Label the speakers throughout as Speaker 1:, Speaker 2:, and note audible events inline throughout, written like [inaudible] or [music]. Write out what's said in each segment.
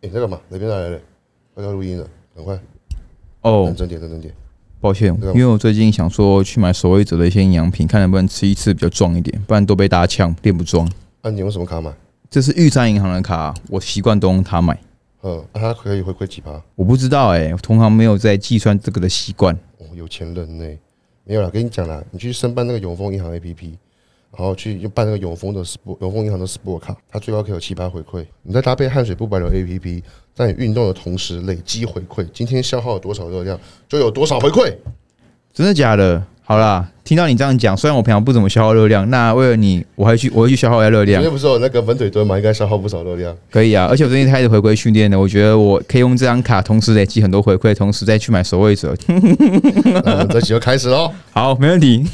Speaker 1: 你在干哎嘛？哪边来来来，快要录音了，赶快，
Speaker 2: 哦
Speaker 1: 认，真点，认真点。
Speaker 2: 抱歉，
Speaker 1: 干嘛
Speaker 2: 因为我最近想说去买守卫者的一些营养品，看能不能吃一次比较壮一点，不然都被大家呛，练不壮。
Speaker 1: 啊，你用什么卡买？
Speaker 2: 这是玉山银行的卡，我习惯都用它买。
Speaker 1: 嗯，啊，它可以回馈几趴？
Speaker 2: 我不知道哎、我通常没有在计算这个的习惯。
Speaker 1: 哦，有钱人呢、没有啦，跟你讲啦，你去申办那个永丰银行 APP，然后去就办那个永丰的 Sport 永丰银行的 Sport 卡，它最高可以有七八回馈。你再搭配汗水不白流 APP，在你运动的同时累积回馈，今天消耗了多少热量，就有多少回馈。
Speaker 2: 真的假的？好啦，听到你这样讲，虽然我平常不怎么消耗热量，那为了你，我还去我会去消耗一下热
Speaker 1: 今
Speaker 2: 量
Speaker 1: 天，不是有那个粉腿蹲嘛，应该消耗不少热量。
Speaker 2: 可以啊。而且我最近开始回归训练了，我觉得我可以用这张卡同时累积很多回馈，同时再去买守卫者。
Speaker 1: 那我们这期就开始喽。
Speaker 2: 好，没问题。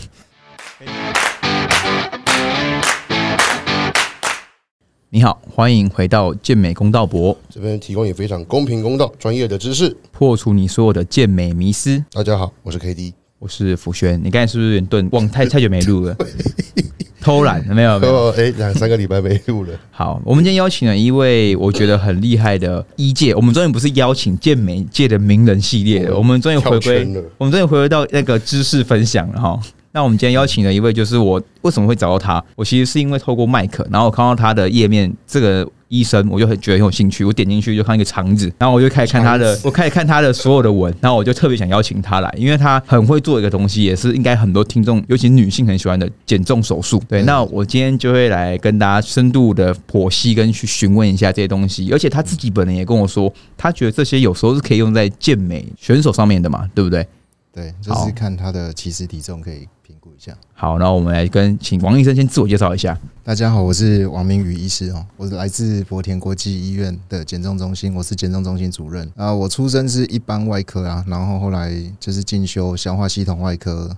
Speaker 2: 你好，欢迎回到健美公道博，
Speaker 1: 这边提供也非常公平公道、专业的知识。
Speaker 2: 破除你所有的健美迷思。
Speaker 1: 大家好，我是 KD。
Speaker 2: 我是福轩，你刚才是不是有点顿？忘太太久没录 [laughs] 了，偷懒没有没有。
Speaker 1: 哦，哎，两三个礼拜没录
Speaker 2: [laughs]
Speaker 1: 了，
Speaker 2: 好，我们今天邀请了一位我觉得很厉害的医界，我们终于不是邀请健美界的名人系列了，我们终于哎回
Speaker 1: 跳
Speaker 2: 归
Speaker 1: 圈了，
Speaker 2: 我们终于回归到那个知识分享了哈。那我们今天邀请了一位，就是我为什么会找到他？我其实是因为透过麦克，然后我看到他的页面，这个医生我就很觉得很有兴趣，我点进去就看一个肠子，然后我就开始看他的
Speaker 1: 肠子，
Speaker 2: 我开始看他的所有的文，然后我就特别想邀请他来，因为他很会做一个东西，也是应该很多听众，尤其女性很喜欢的减重手术。
Speaker 1: 嗯
Speaker 2: 对，那我今天就会来跟大家深度的剖析跟去询问一下这些东西，而且他自己本人也跟我说，他觉得这些有时候是可以用在健美选手上面的嘛，对不对？
Speaker 3: 对，就
Speaker 2: 好
Speaker 3: 是看他的起始体重可以评估一下。
Speaker 2: 好，那我们来跟请王医生先自我介绍一下。
Speaker 3: 大家好，我是王明宇医师哦，我是来自博田国际医院的减重中心，我是减重中心主任啊、我出身是一般外科啊，然后后来就是进修消化系统外科，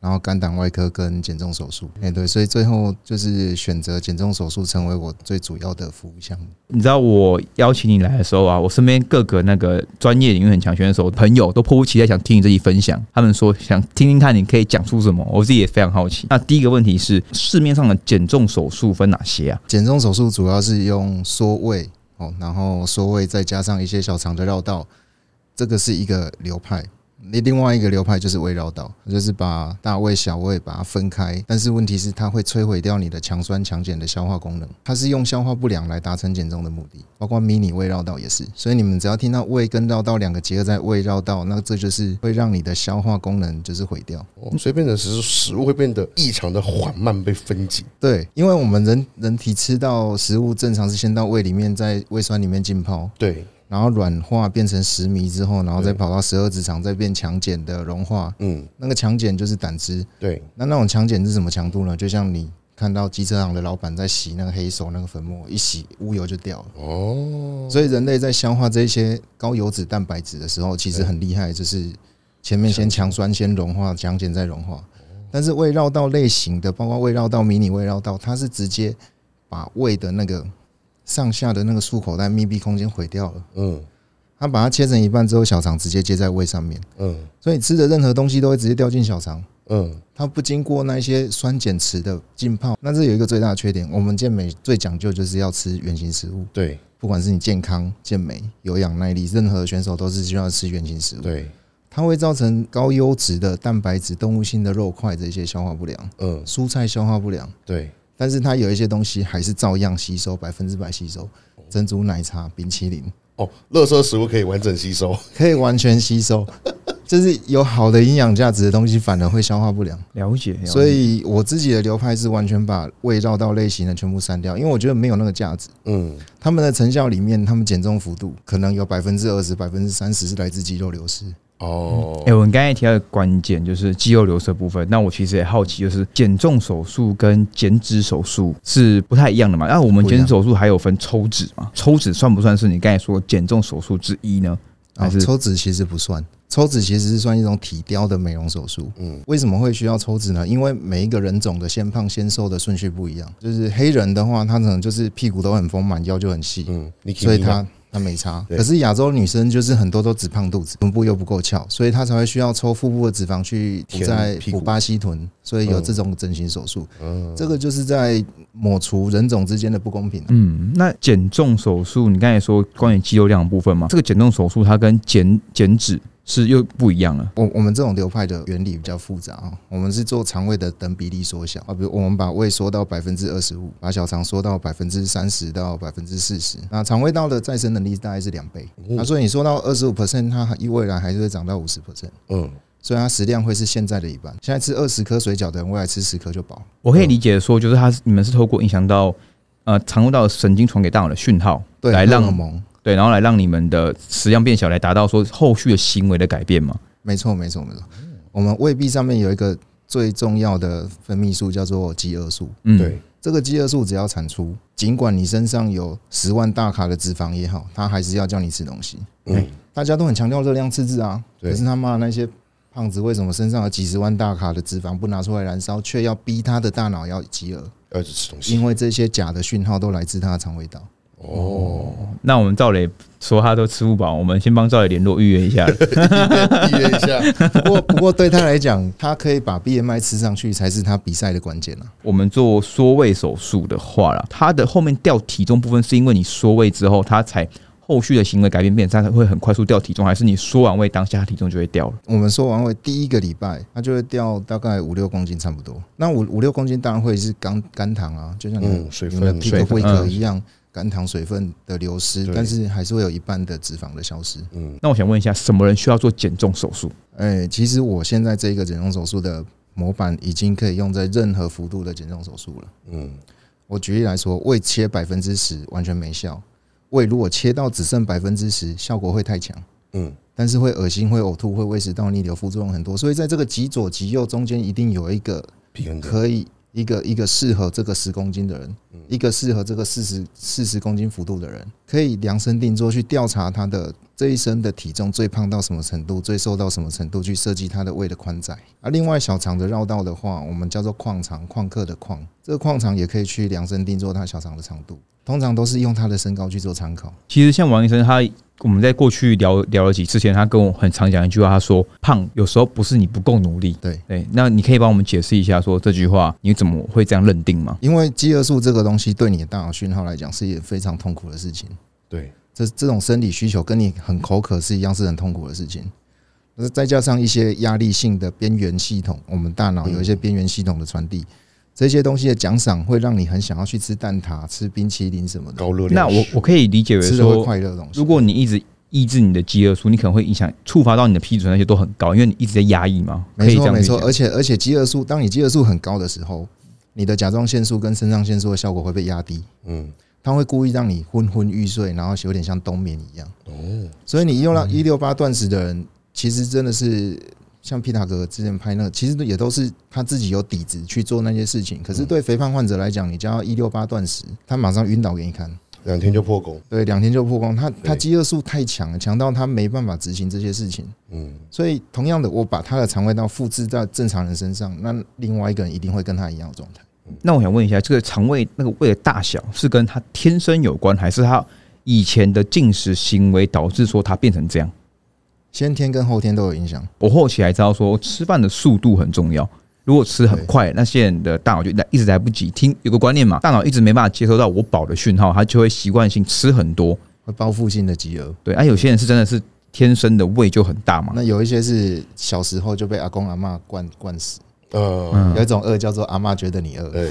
Speaker 3: 然后肝胆外科跟减重手术。哎、对，所以最后就是选择减重手术成为我最主要的服务项目。
Speaker 2: 你知道我邀请你来的时候啊，我身边各个那个专业领域很强选手朋友都迫不及待想听你这一分享，他们说想听听看你可以讲出什么，我自己也非常好奇。那第一个问题是，市面上的减重手术分哪些啊？
Speaker 3: 减重手术主要是用缩胃哦，然后缩胃再加上一些小肠的绕道，这个是一个流派。那另外一个流派就是胃绕道，就是把大胃小胃把它分开，但是问题是它会摧毁掉你的强酸强碱的消化功能，它是用消化不良来达成减重的目的，包括迷你胃绕道也是。所以你们只要听到胃跟绕道两个结合在胃绕道，那这就是会让你的消化功能就是毁掉。
Speaker 1: 哦所以变成食食物会变得异常的缓慢被分解。
Speaker 3: 对，因为我们人人体吃到食物正常是先到胃里面，在胃酸里面浸泡，
Speaker 1: 对，
Speaker 3: 然后软化变成石糜之后，然后再
Speaker 1: 对
Speaker 3: 跑到十二指肠，再变强碱的融化。
Speaker 1: 嗯，
Speaker 3: 那个强碱就是胆汁。
Speaker 1: 对，
Speaker 3: 那那种强碱是什么强度呢？就像你看到机车行的老板在洗那个黑手那个粉末，一洗污油就掉了。
Speaker 1: 哦，
Speaker 3: 所以人类在消化这些高油脂蛋白质的时候，其实很厉害，就是前面先强酸先融化，强碱再融化。但是胃绕道类型的，包括胃绕道、迷你胃绕道，它是直接把胃的那个上下的那个漱口袋密闭空间毁掉了。
Speaker 1: 嗯
Speaker 3: 它把它切成一半之后，小肠直接接在胃上面，
Speaker 1: 嗯
Speaker 3: 所以你吃的任何东西都会直接掉进小肠，
Speaker 1: 嗯，
Speaker 3: 它不经过那些酸碱池的浸泡。那这有一个最大的缺点，我们健美最讲究就是要吃原型食物，
Speaker 1: 对
Speaker 3: 不管是你健康、健美、有氧、耐力，任何选手都是需要吃原型食物，
Speaker 1: 对，
Speaker 3: 它会造成高优质的蛋白质、动物性的肉块这些消化不良，
Speaker 1: 嗯
Speaker 3: 蔬菜消化不良。
Speaker 1: 对，
Speaker 3: 但是它有一些东西还是照样吸收，百分之百吸收，珍珠奶茶、冰淇淋。
Speaker 1: 哦，垃圾食物可以完整吸收。
Speaker 3: 可以完全吸收， [laughs] 就是有好的营养价值的东西反而会消化不良。
Speaker 2: 了解，
Speaker 3: 所以我自己的流派是完全把味绕道类型的全部删掉，因为我觉得没有那个价值。
Speaker 1: 嗯，
Speaker 3: 他们的成效里面，他们减重幅度可能有百分之二十、百分之三十是来自肌肉流失。
Speaker 1: 哦
Speaker 2: 哎、，我们刚才提到的关键就是肌肉流失的部分。那我其实也好奇，就是减重手术跟减脂手术是不太一样的嘛？那我们
Speaker 3: 不一
Speaker 2: 减
Speaker 3: 样
Speaker 2: 脂手术还有分抽脂嘛？抽脂算不算是你刚才说减重手术之一呢？还
Speaker 3: 啊
Speaker 2: 是，
Speaker 3: 抽脂其实不算，抽脂其实是算一种体雕的美容手术。
Speaker 1: 嗯
Speaker 3: 嗯，为什么会需要抽脂呢？因为每一个人种的先胖先瘦的顺序不一样。就是黑人的话，他可能就是屁股都很丰满，腰就很细，
Speaker 1: 嗯，你
Speaker 3: 所以他那没差。
Speaker 1: 对
Speaker 3: 可是亚洲女生就是很多都只胖肚子，臀部又不够翘，所以她才会需要抽腹部的脂肪去补
Speaker 1: 填
Speaker 3: 在
Speaker 1: 屁股
Speaker 3: 补巴西臀，所以有
Speaker 1: 嗯
Speaker 3: 这种整形手术。
Speaker 1: 嗯，
Speaker 3: 这个就是在抹除人种之间的不公平啊、
Speaker 2: 嗯，那减重手术，你刚才说关于肌肉量的部分
Speaker 3: 嗯
Speaker 2: 嘛，这个减重手术它跟减减脂是又不一样了。
Speaker 3: 我我们这种流派的原理比较复杂啊、我们是做肠胃的等比例缩小啊，比如我们把胃缩到百分之二十五，把小肠缩到百分之三十到百分之四十，那肠胃道的再生能力大概是两倍，
Speaker 1: 哦
Speaker 3: 那所以你缩到二十五 percent，它一未来还是会长到五十 percent，
Speaker 1: 嗯，
Speaker 3: 所以它食量会是现在的一半。现在吃二十颗水饺的人，未来吃十颗就饱了。
Speaker 2: 我可以理解说，就是它是你们是透过影响到呃肠胃道的神经传给大脑的讯号，
Speaker 3: 对，嗯
Speaker 2: 来让
Speaker 3: 荷尔蒙，
Speaker 2: 对，然后来让你们的食量变小，来达到说后续的行为的改变嘛。
Speaker 3: 没错没错没错，我们胃壁上面有一个最重要的分泌素叫做饥饿素，
Speaker 2: 嗯，
Speaker 1: 对，
Speaker 3: 这个饥饿素只要产出，尽管你身上有十万大卡的脂肪也好，它还是要叫你吃东西。
Speaker 1: 嗯，
Speaker 3: 大家都很强调热量赤字啊，
Speaker 1: 对
Speaker 3: 可是他妈的那些胖子为什么身上有几十万大卡的脂肪不拿出来燃烧，却要逼他的大脑要饥饿？
Speaker 1: 要一直吃东西
Speaker 3: 因为这些假的讯号都来自他的肠胃道。
Speaker 1: 哦，
Speaker 2: 那我们赵磊说他都吃不饱，我们先帮赵磊联络预约一下。
Speaker 1: 预约一
Speaker 3: [laughs]
Speaker 1: 下，
Speaker 3: 不过，不过对他来讲，他可以把 BMI 吃上去才是他比赛的关键啊。
Speaker 2: 我们做缩胃手术的话啦，它的后面掉体重部分是因为你缩胃之后，它才后续的行为改变变，它才会很快速掉体重，还是你缩完胃当下它体重就会掉了？
Speaker 3: 我们说完会第一个礼拜，他就会掉大概五六公斤差不多。那五五六公斤当然会是肝肝糖啊，就像你
Speaker 1: 嗯
Speaker 3: 们
Speaker 1: 水
Speaker 3: 你们的
Speaker 1: 分
Speaker 3: 屁
Speaker 1: 水
Speaker 3: 股
Speaker 1: 分
Speaker 3: 会
Speaker 2: 嗯
Speaker 3: 壳一样，肝糖水分的流失，
Speaker 1: 对
Speaker 3: 但是还是会有一半的脂肪的消失。
Speaker 1: 嗯，
Speaker 2: 那我想问一下，什么人需要做减重手术？
Speaker 3: 哎，其实我现在这个减重手术的模板已经可以用在任何幅度的减重手术了。
Speaker 1: 嗯，
Speaker 3: 我举例来说，胃切百分之十完全没效，胃如果切到只剩百分之十，效果会太强。
Speaker 1: 嗯，
Speaker 3: 但是会恶心、会呕吐、会胃食道逆流，副作用很多。所以在这个极左极右中间，一定有一个
Speaker 1: 平衡点，
Speaker 3: 可以一个一个适合这个十公斤的人，一个适合这个四十四十公斤幅度的人，可以量身定做去调查他的这一生的体重最胖到什么程度，最瘦到什么程度，去设计他的胃的宽窄。而另外小肠的绕道的话，我们叫做矿肠，矿客的矿，这个矿肠也可以去量身定做他小肠的长度，通常都是用他的身高去做参考。
Speaker 2: 其实像王医生他，我们在过去聊聊了几次前，他跟我很常讲一句话，他说：“胖有时候不是你不够努力。”
Speaker 3: 对
Speaker 2: 对，那你可以帮我们解释一下，说这句话你怎么会这样认定吗？
Speaker 3: 因为饥饿素这个东西对你的大脑讯号来讲是一件非常痛苦的事情。
Speaker 1: 对，
Speaker 3: 这这种生理需求跟你很口渴是一样，是很痛苦的事情。那再加上一些压力性的边缘系统，我们大脑有一些边缘系统的传递，这些东西的奖赏会让你很想要去吃蛋挞、吃冰淇淋什么的，
Speaker 1: 高热量，
Speaker 2: 那我我可以理解为
Speaker 3: 吃的会
Speaker 2: 说，
Speaker 3: 快乐的东西
Speaker 2: 如。果你一直抑制你的饥饿素，你可能会影响触发到你的皮质醇那些都很高，因为你一直在压抑嘛。可
Speaker 3: 没
Speaker 2: 以这
Speaker 3: 错
Speaker 2: 样
Speaker 3: 没
Speaker 2: 理解
Speaker 3: 错，而且而且饥饿素，当你饥饿素很高的时候，你的甲状腺素跟肾上腺素的效果会被压低，
Speaker 1: 嗯，
Speaker 3: 它会故意让你昏昏欲睡，然后有点像冬眠一样。
Speaker 1: 哦，
Speaker 3: 所以你用到
Speaker 2: 嗯
Speaker 3: 一六八断食的人，其实真的是像皮塔哥之前拍那个，其实也都是他自己有底子去做那些事情。可是对肥胖患者来讲，你叫一六八断食，他马上晕倒给你看，
Speaker 1: 两天就破功，
Speaker 3: 对，两天就破功。他他
Speaker 1: 对
Speaker 3: 饥饿素太强了，强到他没办法执行这些事情。
Speaker 1: 嗯，
Speaker 3: 所以同样的，我把他的肠胃道复制在正常人身上，那另外一个人一定会跟他一样的状态。
Speaker 2: 那我想问一下，这个肠胃那个胃的大小是跟他天生有关，还是他以前的进食行为导致说他变成这样？
Speaker 3: 先天跟后天都有影响。
Speaker 2: 我后期才知道说，吃饭的速度很重要。如果吃很快，那些人的大脑就来一直来不及听。有个观念嘛，大脑一直没办法接收到我饱的讯号，他就会习惯性吃很多。
Speaker 3: 会报复性的饥饿，
Speaker 2: 对，啊，有些人是真的是天生的胃就很大嘛。
Speaker 3: 那有一些是小时候就被阿公阿嬷灌灌死，
Speaker 1: 呃，哎
Speaker 3: 有一种饿叫做阿嬷觉得你饿，
Speaker 1: 对，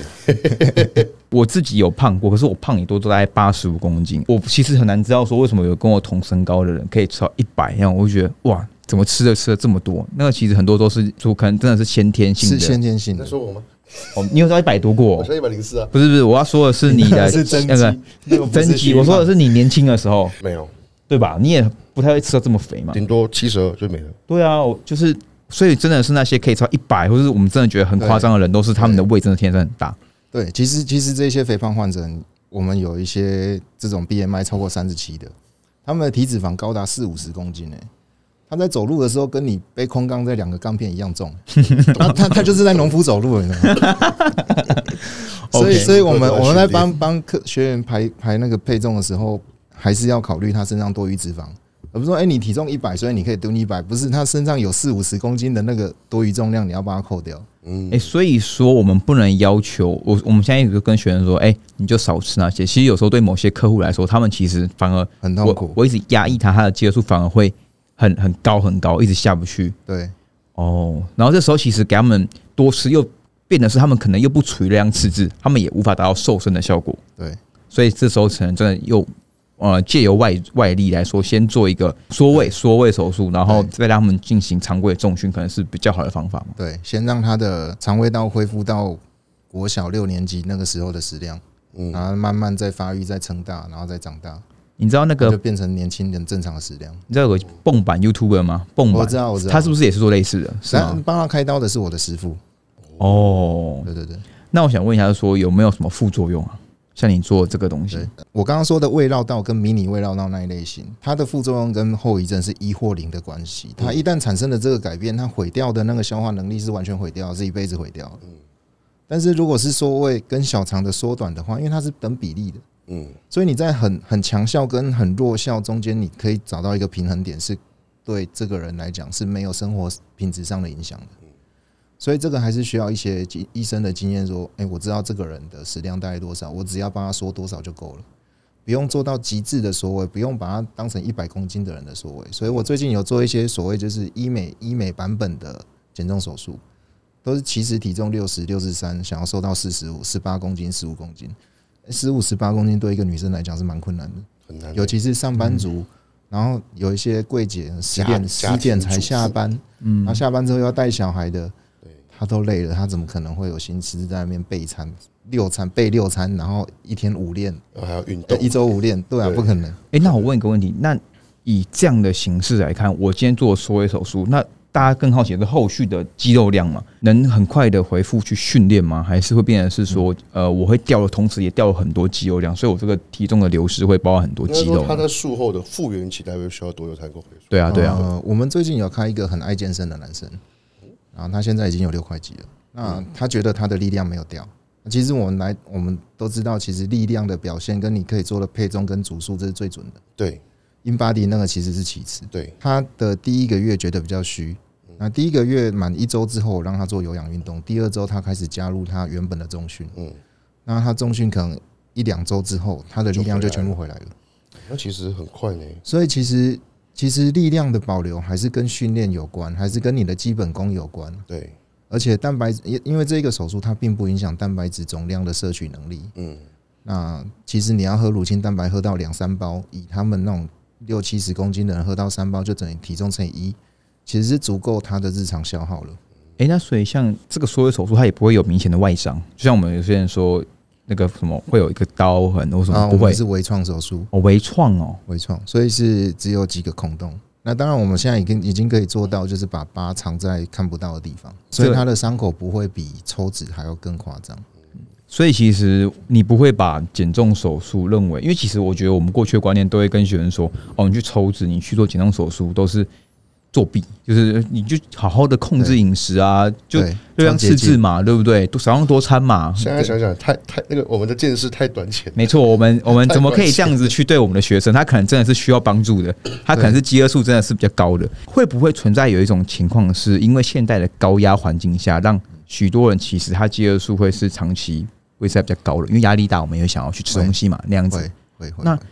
Speaker 2: 我自己有胖过，可是我胖也多都大概八十五公斤。我其实很难知道说为什么有跟我同身高的人可以吃到一百样，我就觉得哇，怎么吃的吃了这么多？那个其实很多都是说可能真的是先天性
Speaker 3: 是
Speaker 2: 的。
Speaker 3: 先天性的
Speaker 1: 那。说我吗？
Speaker 2: 哦，你有到一百多过
Speaker 1: 我
Speaker 2: 哦、
Speaker 1: 现在一百零四啊，
Speaker 2: 不是不是，我要说的是
Speaker 3: [laughs]
Speaker 2: 你的
Speaker 3: 是增肌
Speaker 2: 那个
Speaker 3: 那个不是
Speaker 2: 增
Speaker 3: 虚
Speaker 2: 肌。
Speaker 3: 胖
Speaker 2: 我说的是你年轻的时候，
Speaker 1: 没有，
Speaker 2: 对吧？你也不太会吃到这么肥嘛。
Speaker 1: 顶多七十二就没了，
Speaker 2: 对啊，我就是所以真的是那些可以超一百，或是我们真的觉得很夸张的人，都是他们的胃真的天生很大。
Speaker 3: 对，其实其实这些肥胖患者，我们有一些这种 BMI 超过三十七的，他们的体脂肪高达四五十公斤诶、欸他在走路的时候跟你背空杠在两个杠片一
Speaker 2: [laughs]
Speaker 3: 样重，他他他就是在农夫走路，你知道吗？所以
Speaker 2: OK
Speaker 3: 所以我们
Speaker 1: 各个
Speaker 3: 我们在
Speaker 1: 训练
Speaker 3: 帮帮客学员排排那个配重的时候，还是要考虑他身上多余脂肪，而不是说，哎、你体重一百，所以你可以蹲一百，不是他身上有四五十公斤的那个多余重量，你要把它扣掉。
Speaker 1: 嗯
Speaker 2: 哎、，所以说我们不能要求我，我们现在有跟学生说，哎、你就少吃那些。其实有时候对某些客户来说，他们其实反而
Speaker 3: 很痛
Speaker 2: 我
Speaker 3: 苦
Speaker 2: 我一直压抑他，他的接触反而会很很高很高，一直下不去。
Speaker 3: 对，
Speaker 2: 哦，然后这时候其实给他们多吃，又变得是他们可能又不处于热量赤字，他们也无法达到瘦身的效果。
Speaker 3: 对，
Speaker 2: 所以这时候可能真的又呃借由外外力来说，先做一个缩胃缩胃手术，然后
Speaker 3: 对
Speaker 2: 再让他们进行常规的重训，可能是比较好的方法嘛。
Speaker 3: 对，先让他的肠胃道恢复到国小六年级那个时候的食量，
Speaker 1: 嗯
Speaker 3: 然后慢慢再发育、再撑大，然后再长大，
Speaker 2: 你知道那
Speaker 3: 它
Speaker 2: 个
Speaker 3: 就变成年轻人正常的食量。
Speaker 2: 你知道有个蹦板 YouTuber 吗？蹦
Speaker 3: 我
Speaker 2: 板
Speaker 3: 知道，我知道，
Speaker 2: 他是不是也是做类似的？是啊
Speaker 3: 但
Speaker 2: 吗？
Speaker 3: 帮他开刀的是我的师傅。
Speaker 2: 哦，
Speaker 3: 对对对
Speaker 2: 那我想问一下，说有没有什么副作用啊？像你做这个东西
Speaker 3: 对，，我刚刚说的胃绕道跟迷你胃绕道那一类型，它的副作用跟后遗症是一或零的关系。
Speaker 2: 嗯
Speaker 3: 它一旦产生了这个改变，它毁掉的那个消化能力是完全毁掉，是一辈子毁掉
Speaker 2: 嗯
Speaker 3: 的。但是如果是缩胃跟小肠的缩短的话，因为它是等比例的，
Speaker 1: 嗯
Speaker 3: 所以你在很很强效跟很弱效中间，你可以找到一个平衡点，是对这个人来讲是没有生活品质上的影响的。所以这个还是需要一些经医生的经验，说，哎、我知道这个人的食量大概多少，我只要帮他说多少就够了，不用做到极致的缩胃，不用把它当成一百公斤的人的缩胃。所以我最近有做一些所谓就是医美医美版本的减重手术，都是其实体重六十六十三，想要瘦到四十五、十八公斤、十五公斤。十五十八公斤对一个女生来讲是蛮困难的，
Speaker 1: 很难欸，
Speaker 3: 尤其是上班族，然后有一些柜姐十点
Speaker 1: 家
Speaker 3: 十点
Speaker 1: 家庭
Speaker 3: 才
Speaker 1: 主
Speaker 3: 下
Speaker 1: 妇
Speaker 3: 班，
Speaker 2: 嗯
Speaker 3: 然后下班之后又要带小孩的
Speaker 1: 对，
Speaker 3: 她都累了，她怎么可能会有心思在那边备餐、六餐、备六餐，然后一天五练，
Speaker 1: 然后还要运
Speaker 3: 呃
Speaker 1: 动
Speaker 3: 一，周五练，对啊，
Speaker 1: 对
Speaker 3: 不可能。
Speaker 2: 哎、那我问一个问题，那以这样的形式来看，我今天做缩胃手术，那大家更好奇的是后续的肌肉量嘛，能很快的恢复去训练吗？还是会变成是说，
Speaker 3: 嗯
Speaker 2: 呃，我会掉了，同时也掉了很多肌肉量，所以我这个体重的流失会包含很多
Speaker 1: 应该
Speaker 2: 肌
Speaker 1: 说
Speaker 2: 肉
Speaker 1: 他
Speaker 2: 呢。
Speaker 1: 在术后的复原期大约需要多久才能够恢复？
Speaker 2: 对啊，对啊，
Speaker 3: 呃我们最近有看一个很爱健身的男生，然后他现在已经有六块肌了。那他觉得他的力量没有掉。其实我们来，我们都知道，其实力量的表现跟你可以做的配重跟组数，这是最准的。
Speaker 1: 对
Speaker 3: In body 那个其实是其次。
Speaker 1: 对，
Speaker 3: 他的第一个月觉得比较虚，那第一个月满一周之后，我让他做有氧运动，第二周他开始加入他原本的重训，
Speaker 1: 嗯，
Speaker 3: 那他重训可能一两周之后，他的力量就全部回来了。
Speaker 1: 那其实很快呢，
Speaker 3: 所以其实其实力量的保留还是跟训练有关，还是跟你的基本功有关。
Speaker 1: 对，
Speaker 3: 而且蛋白质，因因为这个手术它并不影响蛋白质总量的摄取能力。
Speaker 1: 嗯，
Speaker 3: 那其实你要喝乳清蛋白喝到两三包，以他们那种六七十公斤的人喝到三包，就等于体重乘以一，其实是足够他的日常消耗了。
Speaker 2: 哎、那所以像这个缩胃手术，它也不会有明显的外伤，就像我们有些人说那个什么会有一个刀痕或什么，
Speaker 3: 啊，我
Speaker 2: 不会
Speaker 3: 们是微创手术，
Speaker 2: 哦，微创哦，
Speaker 3: 微创，所以是只有几个孔洞。那当然，我们现在已经已经可以做到，就是把疤藏在看不到的地方，所以
Speaker 2: 对
Speaker 3: 他的伤口不会比抽脂还要更夸张。
Speaker 2: 所以其实你不会把减重手术认为，因为其实我觉得我们过去的观念都会跟学生说，哦，你去抽脂，你去做减重手术都是作弊，就是你就好好的控制饮食啊，就
Speaker 3: 对
Speaker 2: 热量赤字
Speaker 3: 嘛，
Speaker 2: 嘛，对不对？多少量多餐嘛。
Speaker 1: 现在想想太太那个我们的见识太短浅，
Speaker 2: 没错，我们我们怎么可以这样子去对我们的学生？他可能真的是需要帮助的，他可能是饥饿素真的是比较高的。会不会存在有一种情况，是因为现代的高压环境下，让许多人其实他饥饿素会是长期会是在比较高的，因为压力大，我们也想要去吃东西嘛，那样子
Speaker 3: 会会会。
Speaker 2: 那
Speaker 3: 会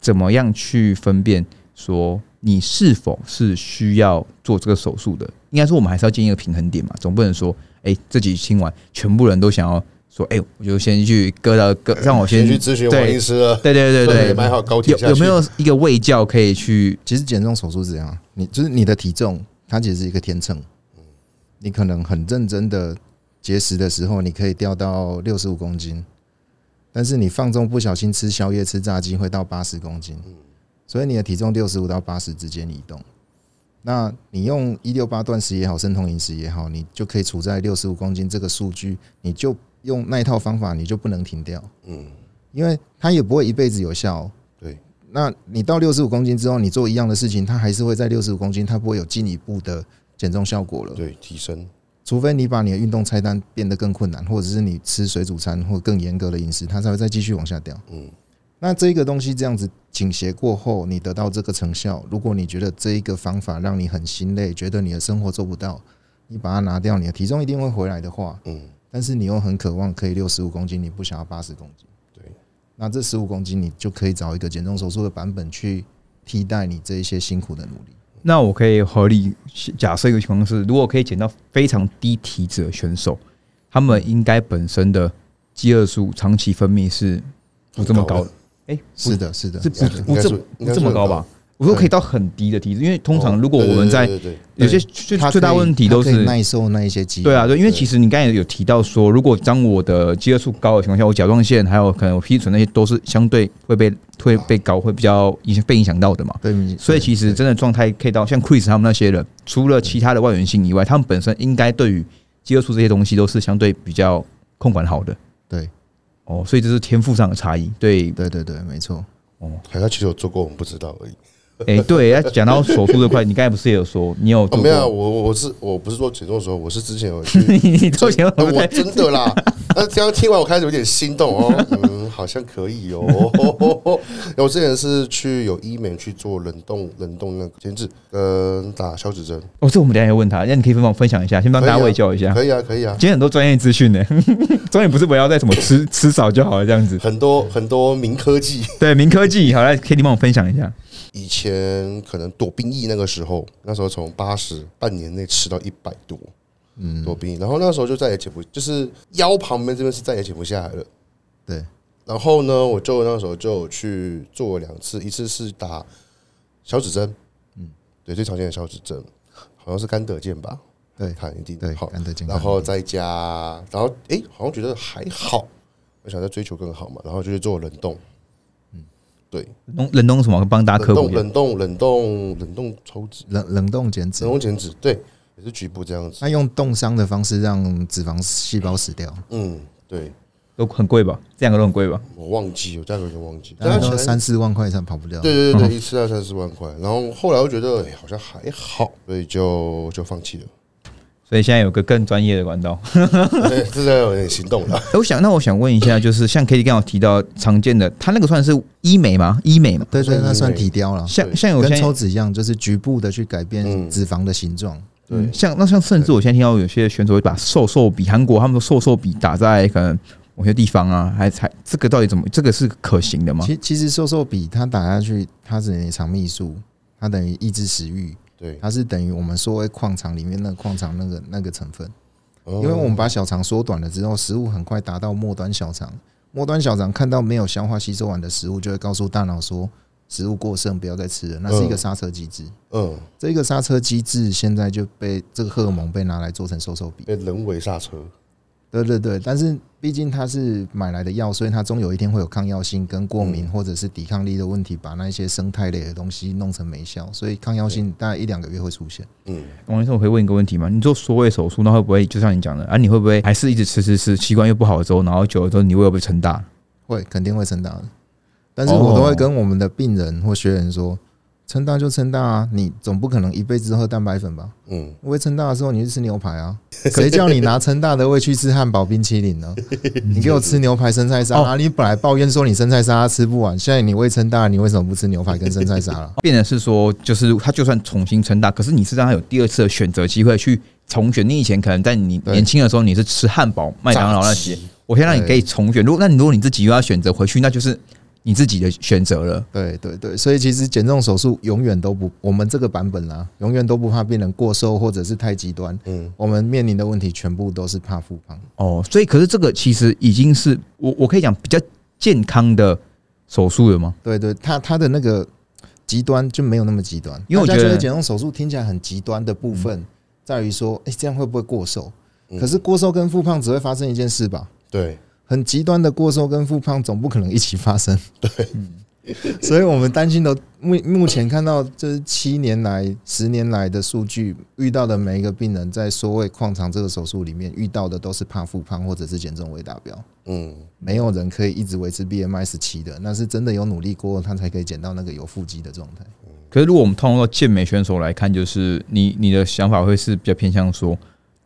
Speaker 2: 怎么样去分辨说你是否是需要做这个手术的？应该说我们还是要建立一个平衡点嘛，总不能说，哎、这集听完全部人都想要说，哎、我就先去割到割，让我先
Speaker 1: 呃先去咨询王
Speaker 2: 对
Speaker 1: 医师了，
Speaker 2: 对对
Speaker 1: 顺
Speaker 2: 对
Speaker 1: 便
Speaker 2: 对，
Speaker 1: 买好高铁
Speaker 2: 有
Speaker 1: 下
Speaker 2: 有没
Speaker 1: 去
Speaker 2: 有一个胃教可以去？
Speaker 3: 其实减重手术是这样，你就是你的体重，它其实是一个天秤。你可能很认真的节食的时候，你可以掉到六十五公斤，但是你放纵不小心吃宵夜、吃炸鸡，会到八十公斤。
Speaker 1: 嗯
Speaker 3: 所以你的体重六十五到八十之间移动。那你用一六八断食也好，生酮饮食也好，你就可以处在六十五公斤这个数据，你就用那一套方法，你就不能停掉。
Speaker 1: 嗯，
Speaker 3: 因为它也不会一辈子有效哦、
Speaker 1: 对，
Speaker 3: 那你到六十五公斤之后，你做一样的事情，它还是会在六十五公斤，它不会有进一步的减重效果了。
Speaker 1: 对，提升，
Speaker 3: 除非你把你的运动菜单变得更困难，或者是你吃水煮餐或更严格的饮食，它才会再继续往下掉。
Speaker 1: 嗯，
Speaker 3: 那这个东西这样子倾斜过后，你得到这个成效，如果你觉得这一个方法让你很心累，觉得你的生活做不到，你把它拿掉，你的体重一定会回来的话，
Speaker 1: 嗯，
Speaker 3: 但是你又很渴望可以六十五公斤，你不想要八十公斤，
Speaker 1: 对，
Speaker 3: 那这十五公斤你就可以找一个减重手术的版本去替代你这一些辛苦的努力。
Speaker 2: 那我可以合理假设一个情况是，如果可以减到非常低体脂的选手，他们应该本身的饥饿素长期分泌是不这么高的，哎、
Speaker 3: 是的，是的，
Speaker 2: 是
Speaker 1: 应该
Speaker 2: 不不
Speaker 1: 嗯是
Speaker 2: 这
Speaker 1: 应该
Speaker 2: 不这么
Speaker 1: 是
Speaker 2: 高吧？我说可以到很低的体脂，因为通常如果我们在
Speaker 1: 对对对
Speaker 2: 有些
Speaker 3: 对
Speaker 2: 最
Speaker 3: 它
Speaker 2: 最大
Speaker 3: 可以
Speaker 2: 问题
Speaker 3: 它
Speaker 2: 都
Speaker 3: 可以
Speaker 2: 是
Speaker 3: 耐受那一些肌肉。
Speaker 2: 对啊，对，因为
Speaker 1: 对
Speaker 2: 其实你刚才有提到说，如果当我的饥饿素高的情况下，我甲状腺还有可能我皮质醇那些都是相对会被会被高会比较影响被影响到的嘛。
Speaker 3: 对，你
Speaker 2: 所以其实真的状态可以到像 Chris 他们那些人，除了其他的外源性以外，他们本身应该对于饥饿素这些东西都是相对比较控管好的。
Speaker 3: 对
Speaker 2: 哦，所以这是天赋上的差异。
Speaker 3: [laughs]
Speaker 2: 对，
Speaker 3: 对对对，没错。
Speaker 1: 好像其实有做过，我们不知道而已。
Speaker 2: 哎、对，要讲到手术这块，你刚才不是也有说你有
Speaker 1: 哦，
Speaker 2: 做
Speaker 1: 没有，
Speaker 2: 过？。
Speaker 1: 我我我是我不是做减重的时候，我是之前有去
Speaker 2: [laughs] 你你做前
Speaker 1: 呃
Speaker 2: 我
Speaker 1: 我
Speaker 2: 在
Speaker 1: 真的啦，那这样听完我开始有点心动哦，嗯，好像可以哦。 [laughs] 我之前是去有医美去做冷冻冷冻那个减脂跟打消脂针，
Speaker 2: 哦，这我们等一下也问他，那你可以分帮分享一下，先帮大家
Speaker 1: 可以啊
Speaker 2: 喂教一下。
Speaker 1: 可以啊，可以啊，
Speaker 2: 今天很多专业资讯呢， [laughs] 专业不是围绕在什么吃吃少就好了这样子。
Speaker 1: 很多很多名科技。
Speaker 2: 对，明科技，好来 k i t 帮我分享一下。
Speaker 1: 以前可能躲兵役那个时候，那时候从八十半年内吃到一百多，嗯，躲兵役，然后那时候就再也减不，就是腰旁边这边是再也减不下来了。
Speaker 3: 对，
Speaker 1: 然后呢，我就那时候就有去做了两次，一次是打小指针，嗯，对，最常见的小指针，好像是甘德健吧，
Speaker 3: 对
Speaker 1: 看一定
Speaker 3: 对，
Speaker 1: 好，
Speaker 3: 难得健康。
Speaker 1: 然后再加，然后诶，好像觉得还好，我想再追求更好嘛，然后就去做冷冻，嗯，对，
Speaker 2: 冷冷冻什么？帮大家科
Speaker 1: 冷
Speaker 2: 普
Speaker 1: 冻
Speaker 2: 一下。
Speaker 1: 冷冻冷冻冷冻抽脂，
Speaker 3: 冷冷冻减脂
Speaker 1: 冷，冻减脂，对，也是局部这样子，
Speaker 3: 那用冻伤的方式让脂肪细胞死掉，
Speaker 1: 嗯，对，
Speaker 2: 都很贵吧？这两个都很贵吧？
Speaker 1: 我忘记，我价格有点忘记，
Speaker 3: 大概
Speaker 1: 但
Speaker 3: 都
Speaker 1: 是
Speaker 3: 三四万嗯块以上跑不掉。
Speaker 1: 对对对，一次要三四万块，然后后来我觉得、哎好像还好，所以就就放弃了。 [laughs]
Speaker 2: 所以现在有个更专业的管道。
Speaker 1: 对，这让我有点心动了。
Speaker 2: 哎我想，那我想问一下，就是像 k i t 刚刚有提到常见的，它那个算是医美吗？医美嘛，
Speaker 3: 对对，那算体雕了，
Speaker 2: 像
Speaker 1: 对
Speaker 2: 像有
Speaker 3: 啊跟抽
Speaker 2: 些
Speaker 3: 脂一样，就是局部的去改变
Speaker 1: 嗯
Speaker 3: 脂肪的形状。
Speaker 1: 对，
Speaker 2: 嗯像那像甚至我现在听到有些选手会把瘦瘦笔，韩国他们说瘦瘦笔打在可能某些地方啊，还才这个到底怎么？这个是可行的吗？
Speaker 3: 其其实瘦瘦笔它打下去，它只能肠泌素，它等于抑制食欲，
Speaker 1: 对，
Speaker 3: 它是等于我们所谓矿场里面那个矿场那个那个成分。
Speaker 1: 因
Speaker 3: 因为我
Speaker 1: 哦
Speaker 3: 们把小肠缩短了之后，食物很快达到末端小肠。末端小肠看到没有消化吸收完的食物，就会告诉大脑说食物过剩，不要再吃了。那是一个
Speaker 1: 嗯
Speaker 3: 刹车机制。
Speaker 1: 嗯
Speaker 3: 这个刹车机制现在就被这个荷尔蒙被拿来做成瘦瘦笔。
Speaker 1: 被人为刹车，
Speaker 3: 对对对，但是毕竟它是买来的药，所以它终有一天会有抗药性跟过敏
Speaker 1: 嗯
Speaker 3: 或者是抵抗力的问题，把那一些生态类的东西弄成没效，所以抗药性大概一两个月会出现。
Speaker 1: 嗯，
Speaker 2: 王医生，我可以问一个问题吗？你做缩胃手术，那会不会就像你讲的啊？你会不会还是一直吃吃吃，习惯又不好之后，然后久了之后你胃又被撑大了？
Speaker 3: 会肯定会撑大的。但是我都会跟我们的病人或学员说，撑大就撑大啊，你总不可能一辈子喝蛋白粉吧？
Speaker 1: 嗯，
Speaker 3: 胃撑大的时候你去吃牛排啊，谁叫你拿撑大的胃去吃汉堡、冰淇淋呢？你给我吃牛排、生菜沙
Speaker 2: 哦
Speaker 3: 拉，你本来抱怨说你生菜沙拉吃不完，现在你胃撑大，你为什么不吃牛排跟生菜沙拉？
Speaker 2: 变成是说，就是他就算重新撑大，可是你是让他有第二次的选择机会去重选。你以前可能在你
Speaker 3: 对
Speaker 2: 年轻的时候你是吃汉堡、麦当劳那些
Speaker 1: 炸鸡，
Speaker 2: 我先让你可以重选。如果那你如果你自己又要选择回去，那就是你自己的选择了。
Speaker 3: 对对对，所以其实减重手术永远都不，我们这个版本啦、永远都不怕病人过瘦或者是太极端。
Speaker 1: 嗯，
Speaker 3: 我们面临的问题全部都是怕复胖。
Speaker 2: 哦，所以可是这个其实已经是我我可以讲比较健康的手术了吗？
Speaker 3: 对对，他他的那个极端就没有那么极端，
Speaker 2: 因为我
Speaker 3: 大家
Speaker 2: 觉得嗯
Speaker 3: 减重手术听起来很极端的部分，在于说，哎、这样会不会过瘦？
Speaker 1: 嗯
Speaker 3: 可是过瘦跟复胖只会发生一件事吧？
Speaker 1: 对，
Speaker 3: 很极端的过瘦跟复胖总不可能一起发生。对，所以我们担心的目目前看到这七年来、十年来的数据，遇到的每一个病人在缩胃矿肠这个手术里面遇到的都是怕复胖或者是减重未达标。
Speaker 1: 嗯，
Speaker 3: 没有人可以一直维持 BMI 十七的，那是真的有努力过，他才可以减到那个有腹肌的状态。
Speaker 2: 可是如果我们通过健美选手来看，就是你你的想法会是比较偏向说，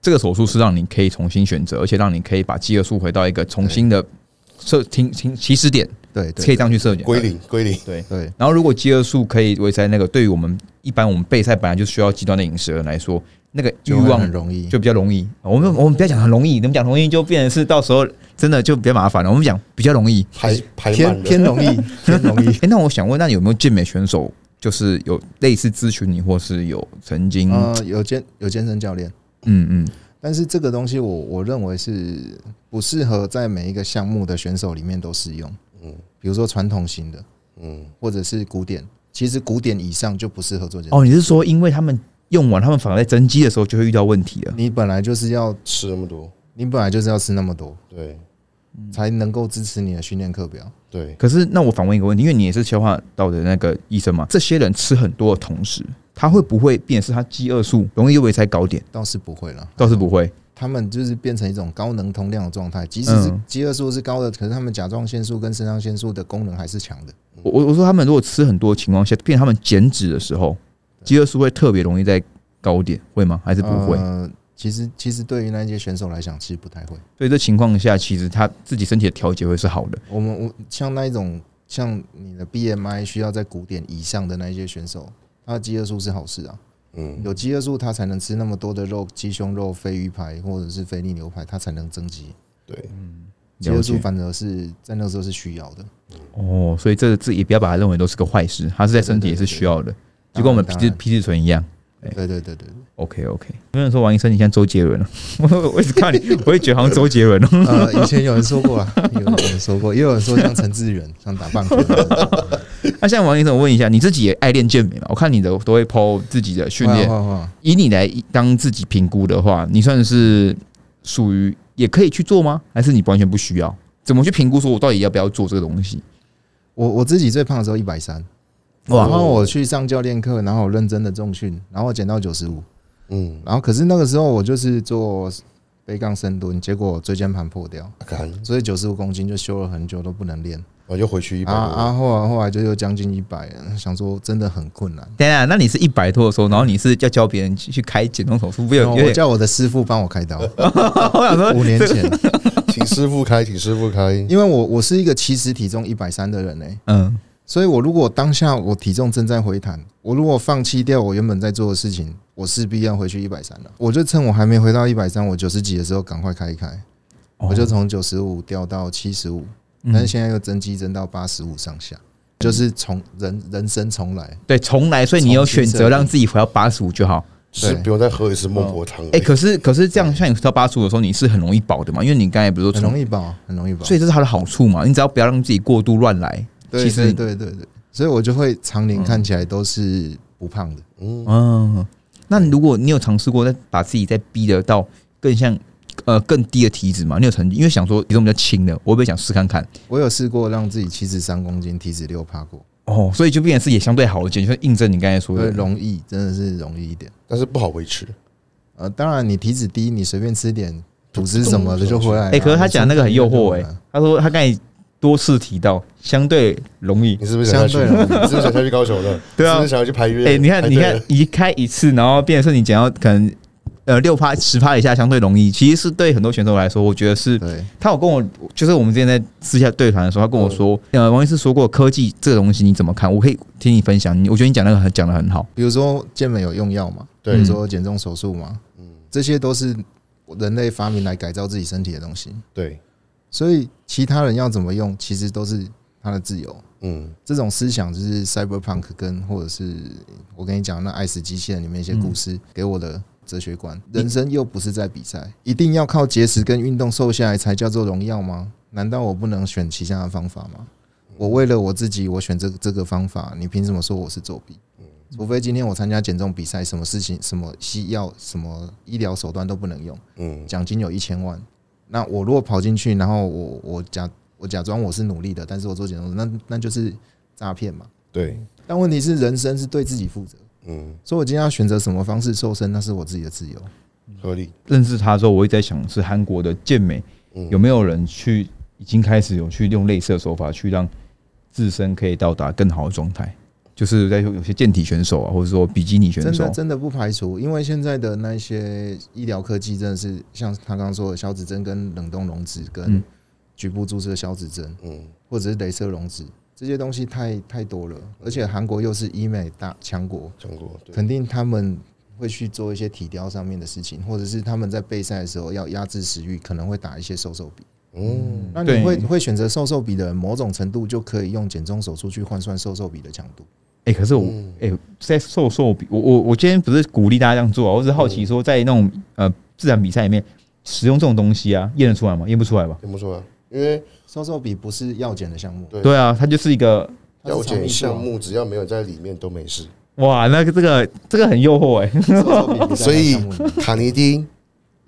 Speaker 2: 这个手术是让你可以重新选择，而且让你可以把饥饿素回到一个重新的设停停起始点。
Speaker 3: 对
Speaker 2: 可以
Speaker 3: 对
Speaker 2: 这样去设计。
Speaker 1: 归零归零，
Speaker 2: 对。
Speaker 3: 对，
Speaker 2: 然后，如果饥饿素可以维持在那个，对于我们一般我们备赛本来就需要极端的饮食的人来说，那个欲
Speaker 3: 就会
Speaker 2: 望
Speaker 3: 很容易
Speaker 2: 就比较容易。我们我们不要讲很容易，你们讲容易就变成是到时候真的就比较麻烦了。我们讲比较容易。
Speaker 1: 排排满
Speaker 3: 偏
Speaker 1: 了。
Speaker 3: 偏容
Speaker 2: [laughs]
Speaker 3: 易，偏容易
Speaker 2: 哎、。那我想问，那有没有健美选手就是有类似咨询你，或是有曾经
Speaker 3: 呃，有健有健身教练，
Speaker 2: 嗯嗯
Speaker 3: 但是这个东西我我认为是不适合在每一个项目的选手里面都适用。
Speaker 1: 嗯
Speaker 3: 比如说传统型的，
Speaker 1: 嗯，
Speaker 3: 或者是古典，其实古典以上就不适合做健身。
Speaker 2: 哦，你是说因为他们用完，他们反而在增肌的时候就会遇到问题了？
Speaker 3: 你本来就是要，
Speaker 1: 吃那么多，
Speaker 3: 你本来就是要吃那么多，
Speaker 1: 对
Speaker 2: 嗯
Speaker 3: 才能够支持你的训练课表。
Speaker 1: 对，
Speaker 2: 可是，那我反问一个问题，因为你也是消化道的那个医生嘛，这些人吃很多的同时，他会不会变成是他饥饿素容易又维持在高点？
Speaker 3: 倒是不会了，
Speaker 2: 倒是不会，
Speaker 3: 他们就是变成一种高能通量的状态，即使是
Speaker 2: 嗯
Speaker 3: 饥饿素是高的，可是他们甲状腺素跟肾上腺素的功能还是强的。
Speaker 2: 我我我说他们如果吃很多的情况下，变成他们减脂的时候，饥饿素会特别容易在高点，会吗？还是不会？
Speaker 3: 呃其实，其实对于那些选手来讲，其实不太会。
Speaker 2: 所以这情况下，其实他自己身体的调节会是好的。
Speaker 3: 我们我像那一种，像你的 BMI 需要在古典以上的那一些选手，他的饥饿素是好事啊。
Speaker 1: 嗯
Speaker 3: 有饥饿素，它才能吃那么多的肉，鸡胸肉、鲱鱼排或者是菲力牛排，它才能增肌。
Speaker 1: 对，
Speaker 3: 饥饿
Speaker 2: 了解
Speaker 3: 素反而是在那时候是需要的。
Speaker 2: 哦，所以这这也不要把它认为都是个坏事，它是在身体也是需要的，就跟我们皮
Speaker 3: 当
Speaker 2: 质
Speaker 3: 然
Speaker 2: 皮质醇一样。对
Speaker 3: 对对对对，对
Speaker 2: OK OK，有人说王医生你像周杰伦 [laughs] 了，我我一直看你，我也觉得好像周杰伦哦。
Speaker 3: 呃，以前有人说
Speaker 2: [laughs]
Speaker 3: 过啊，有人说过，也有人说像陈志远，像打棒球的
Speaker 2: 那现在王医生，我问一下，你自己也爱练健美吗？我看你的都会 PO 自己的 [laughs] 训练，
Speaker 3: 哇哇哇
Speaker 2: 以你来当自己评估的话，你算是属于也可以去做吗？还是你完全不需要？怎么去评估说我到底要不要做这个东西？
Speaker 3: 我我自己最胖的时候一百三，
Speaker 2: 哇
Speaker 3: 然后我去上教练课，然后我认真的重训，然后我减到九十五，
Speaker 1: 嗯，
Speaker 3: 然后可是那个时候我就是做背杠深蹲，结果椎间盘破掉，
Speaker 1: 看
Speaker 3: 所以九十五公斤就休了很久都不能练。
Speaker 1: 啊我又回去一百
Speaker 3: 啊
Speaker 1: 多，
Speaker 3: 啊！后来后来就又将近一百，想说真的很困难。
Speaker 2: 等一下，那你是一百多的时候，然后你是要教别人去去开减重手术，不有
Speaker 3: 然后
Speaker 2: 有
Speaker 3: 我
Speaker 2: 点？
Speaker 3: 叫我的师傅帮我
Speaker 2: [laughs]
Speaker 3: 开刀，
Speaker 2: 我想说
Speaker 3: 五年
Speaker 2: 这个，
Speaker 3: 前，
Speaker 1: 请师傅开，请师傅开，
Speaker 3: 因为我我是一个其实体重一百三的人欸呢、
Speaker 2: 嗯，
Speaker 3: 所以我如果当下我体重正在回弹，我如果放弃掉我原本在做的事情，我势必要回去一百三了。我就趁我还没回到一百三，我九十几的时候赶快开一开，我就从九十五掉到七十五，
Speaker 2: 哦嗯
Speaker 3: 但是现在又增肌增到八十五上下，就是从人人生重来。
Speaker 2: 对重来，所以你有选择让自己回到八十五就好。
Speaker 1: 只是不用再喝一次孟婆汤而已。
Speaker 2: 哎、可是可是这样，像你回到八十五的时候，你是很容易饱的嘛？因为你刚才不是说
Speaker 3: 很
Speaker 2: 从
Speaker 3: 容易饱，很容易饱。
Speaker 2: 所以这是它的好处嘛。你只要不要让自己过度乱来，
Speaker 3: 对
Speaker 2: 其实
Speaker 3: 对对对对，所以我就会常年看起来都是不胖的。
Speaker 1: 嗯，
Speaker 2: 嗯，那如果你有尝试过再把自己再逼得到更像呃更低的体脂嘛？你有曾经因为想说体重比较轻的，我会不会想试看看？
Speaker 3: 我有试过让自己七十三公斤，体脂六趴过，
Speaker 2: 哦，所以就变成是也相对好一点，就是印证你刚才说
Speaker 3: 对，
Speaker 2: 的。
Speaker 3: 容易真的是容易一点。
Speaker 1: 但是不好维持，
Speaker 3: 呃，当然你体脂低，你随便吃点吐司什么的就回来啊了。
Speaker 2: 哎、可是他讲那个很诱惑哎、他说他刚才多次提到相对容易
Speaker 1: 你，是不是想下去？
Speaker 3: 相对了
Speaker 1: 你是不是想下去高雄了？
Speaker 2: 啊 [laughs] 对啊
Speaker 1: 是不是想要去排约？
Speaker 2: 哎、你看，
Speaker 1: 排
Speaker 2: 你
Speaker 1: 队
Speaker 2: 看
Speaker 1: 了，，
Speaker 2: 一开一次，然后变成是你减到可能呃六趴、十趴以下，相对容易。其实是对很多选手来说，我觉得是
Speaker 3: 对，
Speaker 2: 他有跟我，就是我们之前在私下对谈的时候，他跟我说，呃，王医师说过，科技这个东西你怎么看？我可以听你分享，你我觉得你讲那个很讲的很好。
Speaker 3: 比如说健美有用药嘛，
Speaker 1: 对
Speaker 3: 比如说减重手术嘛，
Speaker 1: 嗯，
Speaker 3: 这些都是人类发明来改造自己身体的东西。
Speaker 1: 对，
Speaker 3: 所以其他人要怎么用，其实都是他的自由。
Speaker 1: 嗯
Speaker 3: 这种思想就是 cyberpunk 跟或者是我跟你讲那《爱死机器人》里面一些故事给我的哲学观。人生又不是在比赛，一定要靠节食跟运动瘦下来才叫做荣耀吗？难道我不能选其他的方法吗？我为了我自己，我选这这个方法，你凭什么说我是作弊？除非今天我参加减重比赛，什么事情、什么西药、什么医疗手段都不能用，
Speaker 1: 嗯
Speaker 3: 奖金有一千万，那我如果跑进去，然后我我假我假装我是努力的，但是我做减重，那那就是诈骗嘛。
Speaker 1: 对，
Speaker 3: 但问题是，人生是对自己负责，
Speaker 1: 嗯
Speaker 3: 所以我今天要选择什么方式瘦身，那是我自己的自由。
Speaker 1: 合理，
Speaker 2: 认识他之后，我一直在想，是韩国的健美
Speaker 1: 嗯
Speaker 2: 有没有人去已经开始有去用类似的手法，去让自身可以到达更好的状态？就是在有些健体选手啊，或者说比基尼选
Speaker 3: 真
Speaker 2: 手啊
Speaker 3: 的，真的不排除，因为现在的那些医疗科技真的是像他刚刚说的消脂针、跟冷冻溶脂、跟
Speaker 2: 嗯
Speaker 3: 局部注射消脂针，
Speaker 1: 嗯，
Speaker 3: 或者是镭射溶脂，这些东西太太多了，而且韩国又是医美大强国，
Speaker 1: 讲过，对，
Speaker 3: 肯定他们会去做一些体雕上面的事情，或者是他们在备赛的时候要压制食欲，可能会打一些瘦瘦笔。
Speaker 1: 嗯，
Speaker 3: 那你
Speaker 2: 对
Speaker 3: 会会选择瘦瘦笔的人，某种程度就可以用减重手术去换算瘦瘦笔的强度。
Speaker 2: 哎、可是我
Speaker 1: 嗯
Speaker 2: 哎、在瘦瘦比，我我我今天不是鼓励大家这样做啊，我只是好奇说，在那种呃自然比赛里面使用这种东西啊，验得出来吗？验不出来吧？
Speaker 1: 怎么说啊？因为
Speaker 3: 瘦瘦笔不是药检的项目，
Speaker 1: 对
Speaker 2: 对啊，它就是一个
Speaker 3: 它
Speaker 1: 药
Speaker 3: 是肠
Speaker 1: 检
Speaker 3: 泌素啊
Speaker 1: 项，目只要没有在里面都没事，
Speaker 2: 哇，那个这个这个很诱惑哎、
Speaker 3: 瘦瘦笔不在
Speaker 1: 所以
Speaker 3: 那个项目里
Speaker 1: 卡尼
Speaker 2: [laughs]
Speaker 1: 丁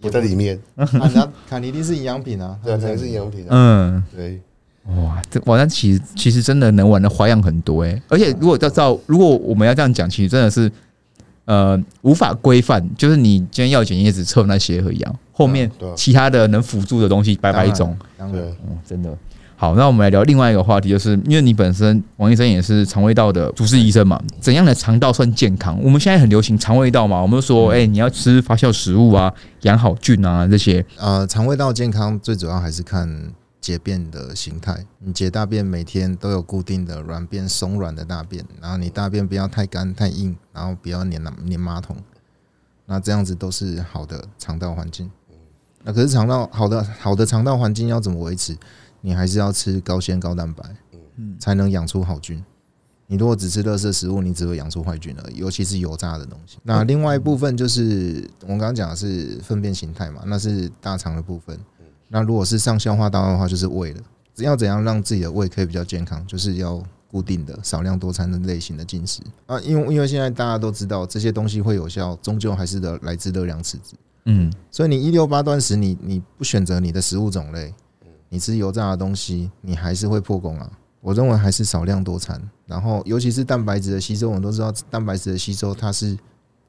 Speaker 1: 不在里面，
Speaker 3: 面
Speaker 1: [laughs]
Speaker 3: 啊那卡尼丁是营养品啊，
Speaker 1: 对啊，才是营养品啊，
Speaker 2: 嗯，
Speaker 1: 对，
Speaker 2: 哇，这哇，那其实其实真的能玩的花样很多哎、而且如果要照，如果我们要这样讲，其实真的是呃无法规范，就是你今天药检也只测那些而已啊，后面
Speaker 1: 对啊
Speaker 2: 其他的能辅助的东西百百种。
Speaker 3: 当然
Speaker 1: 对，啊
Speaker 2: 哦，真的。好，那我们来聊另外一个话题，就是因为你本身王医生也是肠胃道的主治医生嘛，怎样的肠道算健康？我们现在很流行肠胃道嘛，我们说，哎、你要吃发酵食物啊，养好菌啊这些。
Speaker 3: 呃，肠胃道健康最主要还是看解便的形态。你解大便每天都有固定的软便、松软的大便，然后你大便不要太干太硬，然后不要粘那粘马桶，那这样子都是好的肠道环境。那可是肠道好的好的肠道环境要怎么维持？你还是要吃高纤高蛋白，
Speaker 2: 嗯
Speaker 3: 才能养出好菌。你如果只吃垃圾食物，你只会养出坏菌而已，尤其是油炸的东西。那另外一部分就是我们刚刚讲的是粪便形态嘛，那是大肠的部分。那如果是上消化道的话，就是胃了。只要怎样让自己的胃可以比较健康，就是要固定的少量多餐的类型的进食啊。因为因为现在大家都知道这些东西会有效，终究还是得来自热量赤字。
Speaker 2: 嗯，
Speaker 3: 所以你一六八断食，你你不选择你的食物种类，你吃油炸的东西，你还是会破功啊。我认为还是少量多餐，然后尤其是蛋白质的吸收，我们都知道蛋白质的吸收它是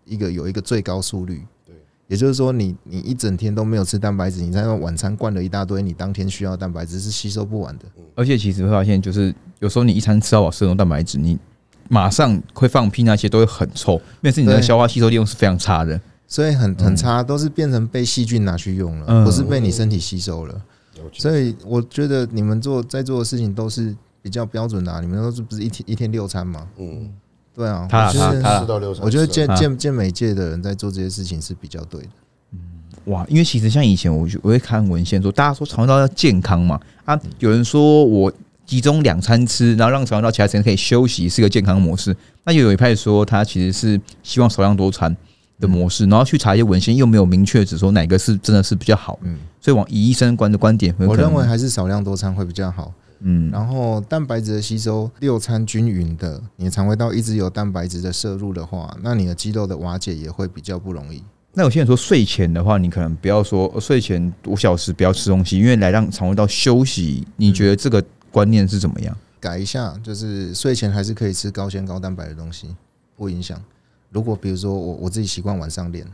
Speaker 3: 一个有一个最高速率。
Speaker 1: 对，
Speaker 3: 也就是说你你一整天都没有吃蛋白质，你在那晚餐灌了一大堆，你当天需要的蛋白质是吸收不完的。
Speaker 2: 而且其实会发现，就是有时候你一餐吃到饱摄入蛋白质，你马上会放屁那些都会很臭，但是你的
Speaker 3: 对
Speaker 2: 消化吸收利用是非常差的。
Speaker 3: 所以很很差，都是变成被细菌拿去用
Speaker 2: 嗯
Speaker 3: 了，不是被你身体吸收了。
Speaker 1: 了解，
Speaker 3: 所以我觉得你们做在做的事情都是比较标准的、啊，你们都是不是一天一天六餐嘛？
Speaker 1: 嗯，
Speaker 3: 对啊，
Speaker 2: 他啦
Speaker 3: 我觉
Speaker 2: 他他
Speaker 3: 得
Speaker 2: 啦
Speaker 1: 四到六餐，
Speaker 3: 我觉得
Speaker 1: 是啊
Speaker 3: 健健健美界的人在做这些事情是比较对的。
Speaker 2: 哇，因为其实像以前我就我会看文献说，大家说肠胃道要健康嘛，啊，有人说我集中两餐吃，然后让肠胃道其他时间可以休息，是个健康模式。那又有一派说，他其实是希望少量多餐的模式，然后去查一些文献，又没有明确指说哪个是真的是比较好，
Speaker 3: 嗯，
Speaker 2: 所以往以医生观的观点，有
Speaker 3: 我
Speaker 2: 可能
Speaker 3: 认为，还是少量多餐会比较好。
Speaker 2: 嗯，
Speaker 3: 然后蛋白质的吸收，六餐均匀的，你的肠胃道一直有蛋白质的摄入的话，那你的肌肉的瓦解也会比较不容易。
Speaker 2: 那有些人说睡前的话，你可能不要说呃睡前五小时不要吃东西，因为来让肠胃道休息。你觉得这个观念是怎么样？
Speaker 3: 改一下，就是睡前还是可以吃高纤高蛋白的东西，不影响。如果比如说我我自己习惯晚上练，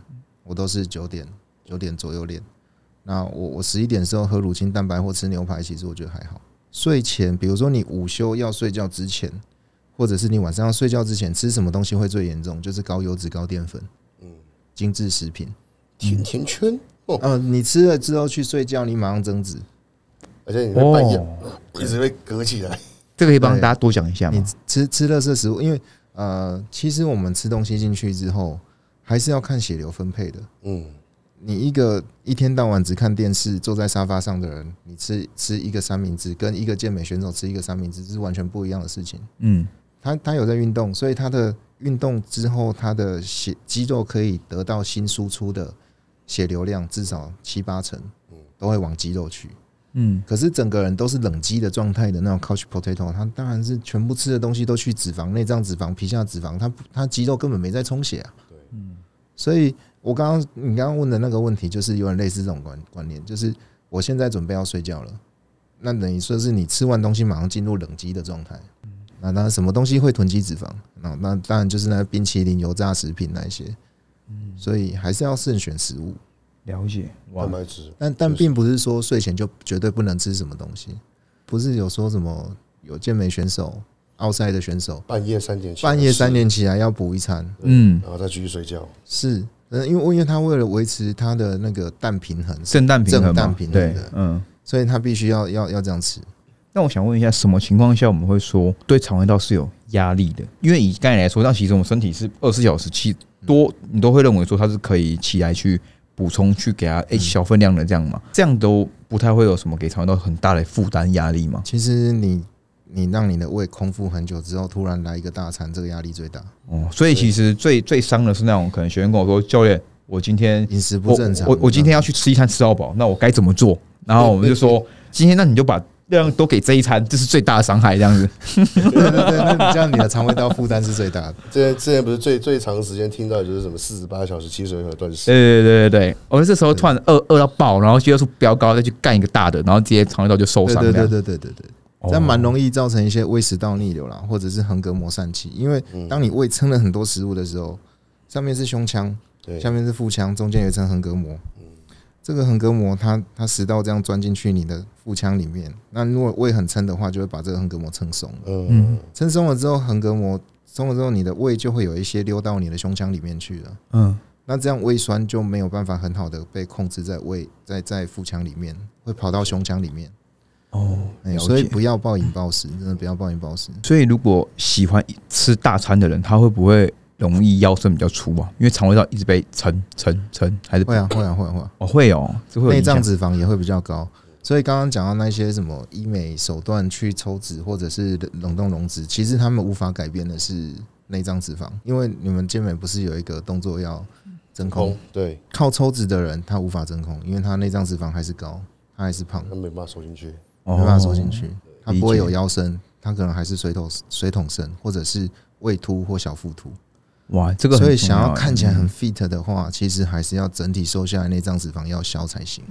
Speaker 3: 我都是九点九点左右练，那我我十一点之后喝乳清蛋白或吃牛排，其实我觉得还好。睡前，比如说你午休要睡觉之前，或者是你晚上要睡觉之前吃什么东西会最严重，就是高油脂、高淀粉、
Speaker 1: 嗯，
Speaker 3: 精致食品。
Speaker 1: 甜甜圈，哦，
Speaker 3: 嗯、你吃了之后去睡觉，你马上增脂。
Speaker 1: 而且你
Speaker 2: 哦
Speaker 1: 会半夜
Speaker 3: 哦
Speaker 1: 一直会隔起来，
Speaker 2: 这个可以帮大家多讲一下
Speaker 3: 你
Speaker 2: 吗？
Speaker 3: 吃吃垃圾食物，因为呃，其实我们吃东西进去之后，还是要看血流分配的。
Speaker 1: 嗯，
Speaker 3: 你一个一天到晚只看电视、坐在沙发上的人，你吃吃一个三明治，跟一个健美选手吃一个三明治是完全不一样的事情。
Speaker 2: 嗯，
Speaker 3: 他他有在运动，所以他的运动之后，他的血肌肉可以得到新输出的血流量至少七八成，都会往肌肉去。
Speaker 2: 嗯，
Speaker 3: 可是整个人都是冷肌的状态的那种 couch potato，它当然是全部吃的东西都去脂肪、内脏脂肪、皮下脂肪，它不它肌肉根本没在充血啊。
Speaker 1: 对，
Speaker 3: 所以我刚刚你刚刚问的那个问题，就是有点类似这种观观念，就是我现在准备要睡觉了，那等于说是你吃完东西马上进入冷肌的状态。那当然，什么东西会囤积脂肪？那那当然就是那冰淇淋、油炸食品那一些。所以还是要慎选食物，
Speaker 2: 了解。哇
Speaker 1: 蛋，白质，
Speaker 3: 但但并不是说睡前就绝对不能吃什么东西，不是有说什么有健美选手、奥赛的选手
Speaker 1: 半夜三点
Speaker 2: 啊
Speaker 1: 起来吃，
Speaker 3: 半夜三点起来要补一餐，
Speaker 2: 嗯，
Speaker 1: 然后再继续睡觉，
Speaker 3: 是，呃因为因为他为了维持他的那个氮平衡，
Speaker 2: 正蛋平衡嘛，
Speaker 3: 正蛋平衡
Speaker 2: 对
Speaker 3: 的，
Speaker 2: 嗯，
Speaker 3: 所以它必须要要要这样吃。
Speaker 2: 那我想问一下，什么情况下我们会说对肠胃道是有压力的？因为以刚才来说，那其实我们身体是二十四小时起多，你都会认为说它是可以起来去补充，去给它诶、小分量的这样嘛，哦这样都不太会有什么给肠胃道很大的负担压力嘛。
Speaker 3: 其实你你让你的胃空腹很久之后，突然来一个大餐，这个压力最大，
Speaker 2: 哦，所以其实最最伤的是那种可能学员跟我说，教练，我今天
Speaker 3: 饮食不
Speaker 2: 我
Speaker 3: 正常。
Speaker 2: 我我今天要去吃一餐吃到饱，那我该怎么做？然后我们就说，今天那你就把量都给这一餐，这是最大的伤害，这样子。
Speaker 3: 对对对，那你这样你的肠胃道负担是最大
Speaker 2: [laughs]
Speaker 3: 的。
Speaker 1: 之前之前不是最最长时间听到的就是什么四十八小时七十二小时断食，
Speaker 2: 对对对对对，我们这时候突然饿饿到爆，然后接出飙高，再去干一个大的，然后直接肠胃道就受
Speaker 3: 对
Speaker 2: 伤这
Speaker 3: 对对
Speaker 2: 样。
Speaker 3: 对对对对，
Speaker 2: 哦
Speaker 3: 这样蛮容易造成一些胃食道逆流啦，或者是横膈膜疝气。因为当你胃撑了很多食物的时候，上面是胸腔，
Speaker 1: 对
Speaker 3: 下面是腹腔，中间有一层横膈膜。这个横膈膜它它食道这样钻进去你的腹腔里面，那如果胃很撑的话，就会把这个横膈膜撑松了。
Speaker 1: 嗯，
Speaker 3: 撑松了之后，横膈膜松了之后，你的胃就会有一些溜到你的胸腔里面去了。
Speaker 2: 嗯，
Speaker 3: 那这样胃酸就没有办法很好的被控制在胃在在腹腔里面，会跑到胸腔里面。
Speaker 2: 哦，
Speaker 3: 哎
Speaker 2: 了
Speaker 3: 所以
Speaker 2: 解。
Speaker 3: 不要暴饮暴食，真的不要暴饮暴食。
Speaker 2: 所以如果喜欢吃大餐的人，他会不会容易腰身比较粗啊？因为肠胃道一直被撑撑撑，还是
Speaker 3: 会啊，会啊，会啊，会啊。
Speaker 2: 哦会哦，这会有
Speaker 3: 内
Speaker 2: 影响
Speaker 3: 脏脂肪也会比较高，所以刚刚讲到那些什么医美手段去抽脂或者是冷冻溶脂，其实他们无法改变的是内脏脂肪，因为你们健美不是有一个动作要真空
Speaker 1: 空，对，
Speaker 3: 靠抽脂的人他无法真空，因为他内脏脂肪还是高，他还是胖，
Speaker 1: 他没办法收进去，
Speaker 2: 哦
Speaker 3: 没办法收进去，他
Speaker 2: 理
Speaker 3: 不会
Speaker 2: 解
Speaker 3: 有腰身，他可能还是水桶水桶身或者是胃凸或小腹凸。
Speaker 2: 哇，这个很
Speaker 3: 所以
Speaker 2: 重
Speaker 3: 想要
Speaker 2: 欸
Speaker 3: 看起来很 fit 的话，其实还是要整体瘦下来，内脏脂肪要消才行。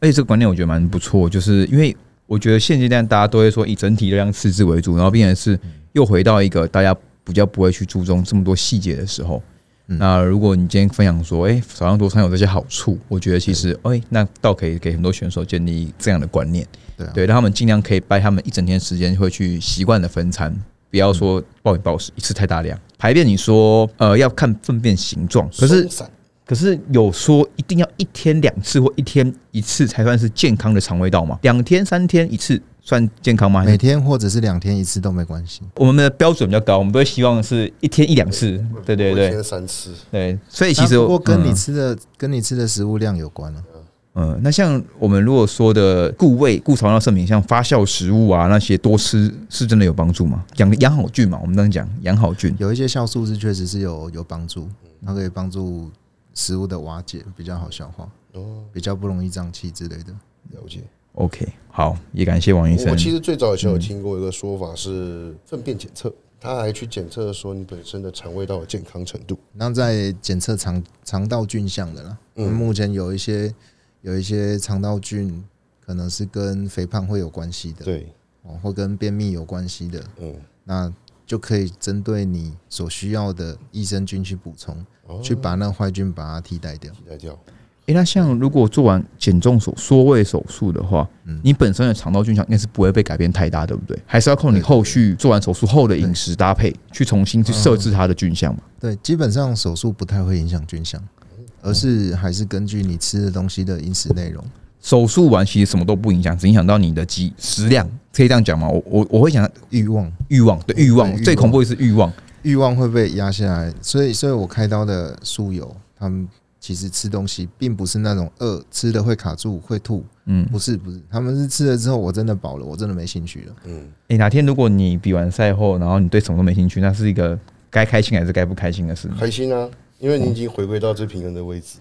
Speaker 2: 而且这个观念我觉得蛮不错，就是因为我觉得现阶段大家都会说以整体热量赤字为主，然后变成是
Speaker 3: 嗯
Speaker 2: 又回到一个大家比较不会去注重这么多细节的时候。
Speaker 3: 嗯
Speaker 2: 那如果你今天分享说，哎、少量多餐有这些好处，我觉得其实，哎、那倒可以给很多选手建立这样的观念，
Speaker 3: 对啊，
Speaker 2: 对，让他们尽量可以掰他们一整天时间会去习惯的分餐，不要
Speaker 3: 嗯
Speaker 2: 说暴饮暴食，一次太大量。排便你说，呃，要看粪便形状，可是
Speaker 1: 松散
Speaker 2: 可是有说一定要一天两次或一天一次才算是健康的肠胃道吗？两天三天一次算健康吗？还
Speaker 3: 每
Speaker 2: 是
Speaker 3: 天或者是两天一次都没关系。
Speaker 2: 我们的标准比较高，我们都会希望是一天一两次。对对
Speaker 1: 我一
Speaker 2: 对
Speaker 1: 天三次，
Speaker 2: 对，所以其实
Speaker 3: 那不过跟你
Speaker 2: 嗯
Speaker 3: 吃的跟你吃的食物量有关啊了。
Speaker 2: 嗯，那像我们如果说的固胃、固肠道盛品，像发酵食物啊那些多吃，是真的有帮助吗？养养好菌嘛，我们刚刚讲养好菌。
Speaker 3: 有一些酵素是确实是有有帮助，
Speaker 2: 嗯
Speaker 3: 它可以帮助食物的瓦解，比较好消化，
Speaker 1: 哦，
Speaker 3: 比较不容易胀气之类的。
Speaker 1: 了解。
Speaker 2: OK，好，也感谢王医
Speaker 1: 我
Speaker 2: 生
Speaker 1: 我。其实最早以前有听过一个说法是粪便检测，他还去检测说你本身的肠胃道的健康程度。
Speaker 3: 那在检测肠肠道菌相的啦，
Speaker 1: 嗯
Speaker 3: 目前有一些有一些肠道菌可能是跟肥胖会有关系的，
Speaker 1: 对，
Speaker 3: 哦，或跟便秘有关系的，
Speaker 1: 嗯，
Speaker 3: 那就可以针对你所需要的益生菌去补充，
Speaker 1: 哦
Speaker 3: 去把那坏菌把它替代掉。
Speaker 1: 替代掉。
Speaker 2: 诶，那像如果做完减重手缩胃手术的话，
Speaker 1: 嗯
Speaker 2: 你本身的肠道菌相应该是不会被改变太大，对不对？还是要靠你后续做完手术后的饮食搭配去重新去设
Speaker 1: 嗯
Speaker 2: 置它的菌相嘛？
Speaker 3: 对，基本上手术不太会影响菌相，而是还是根据你吃的东西的饮食内容。
Speaker 2: 手术完其实什么都不影响，只影响到你的肌食量，可以这样讲吗？我我我会讲
Speaker 3: 欲望，
Speaker 2: 欲望，对欲望
Speaker 3: 对欲望
Speaker 2: 最恐怖的是欲望，
Speaker 3: 欲望会被压下来，所以，所以我开刀的术友，他们其实吃东西并不是那种饿吃了会卡住会吐，
Speaker 2: 嗯。
Speaker 3: 不是不是，他们是吃了之后我真的饱了，我真的没兴趣了。
Speaker 1: 嗯，
Speaker 2: 诶，哪天如果你比完赛后，然后你对什么都没兴趣，那是一个该开心还是该不开心的事吗？
Speaker 1: 开心啊，因为你已经回归到最平衡的位置。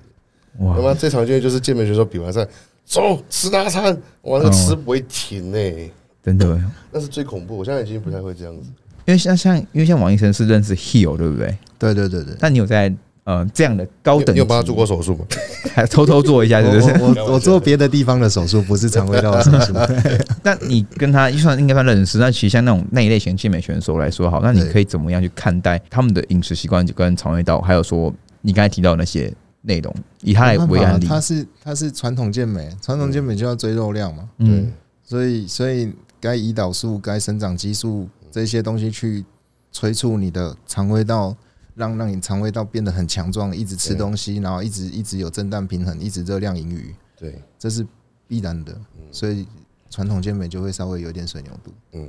Speaker 2: 哇
Speaker 1: 那，么最常见的就是健美选手比完赛，走吃大餐，哇，那个吃不会停呢、欸
Speaker 2: 真的，
Speaker 1: 那是最恐怖。我现在已经不太会这样子。
Speaker 2: 因为像像因为像王医生是认识 Heal 对不对？
Speaker 3: 对对对对，
Speaker 2: 但你有在呃这样的高
Speaker 1: 你
Speaker 2: 等
Speaker 1: 你有帮他
Speaker 2: 级
Speaker 1: 做过手术吗？
Speaker 2: [laughs] 还偷偷做一下，是不是？
Speaker 3: 我我我做别的地方的手术，不是肠胃道的手术。
Speaker 2: [laughs] 那你跟他算应该算认识，那其实像那种那一类型健美选手来说，好，那你
Speaker 3: 对
Speaker 2: 可以怎么样去看待他们的饮食习惯跟肠胃道，还有说你刚才提到的那些内容，以他来为案例，
Speaker 3: [laughs] 啊他是他是传统健美，传统健美就要追肉量嘛，
Speaker 2: 嗯，
Speaker 3: 所以所以该胰岛素、该生长激素这些东西去催促你的肠胃道，让让你肠胃道变得很强壮，一直吃
Speaker 1: 对
Speaker 3: 东西，然后一直一直有震荡平衡，一直热量盈余，
Speaker 1: 对，
Speaker 3: 这是必然的，所以传统健美就会稍微有点水牛度，
Speaker 1: 嗯，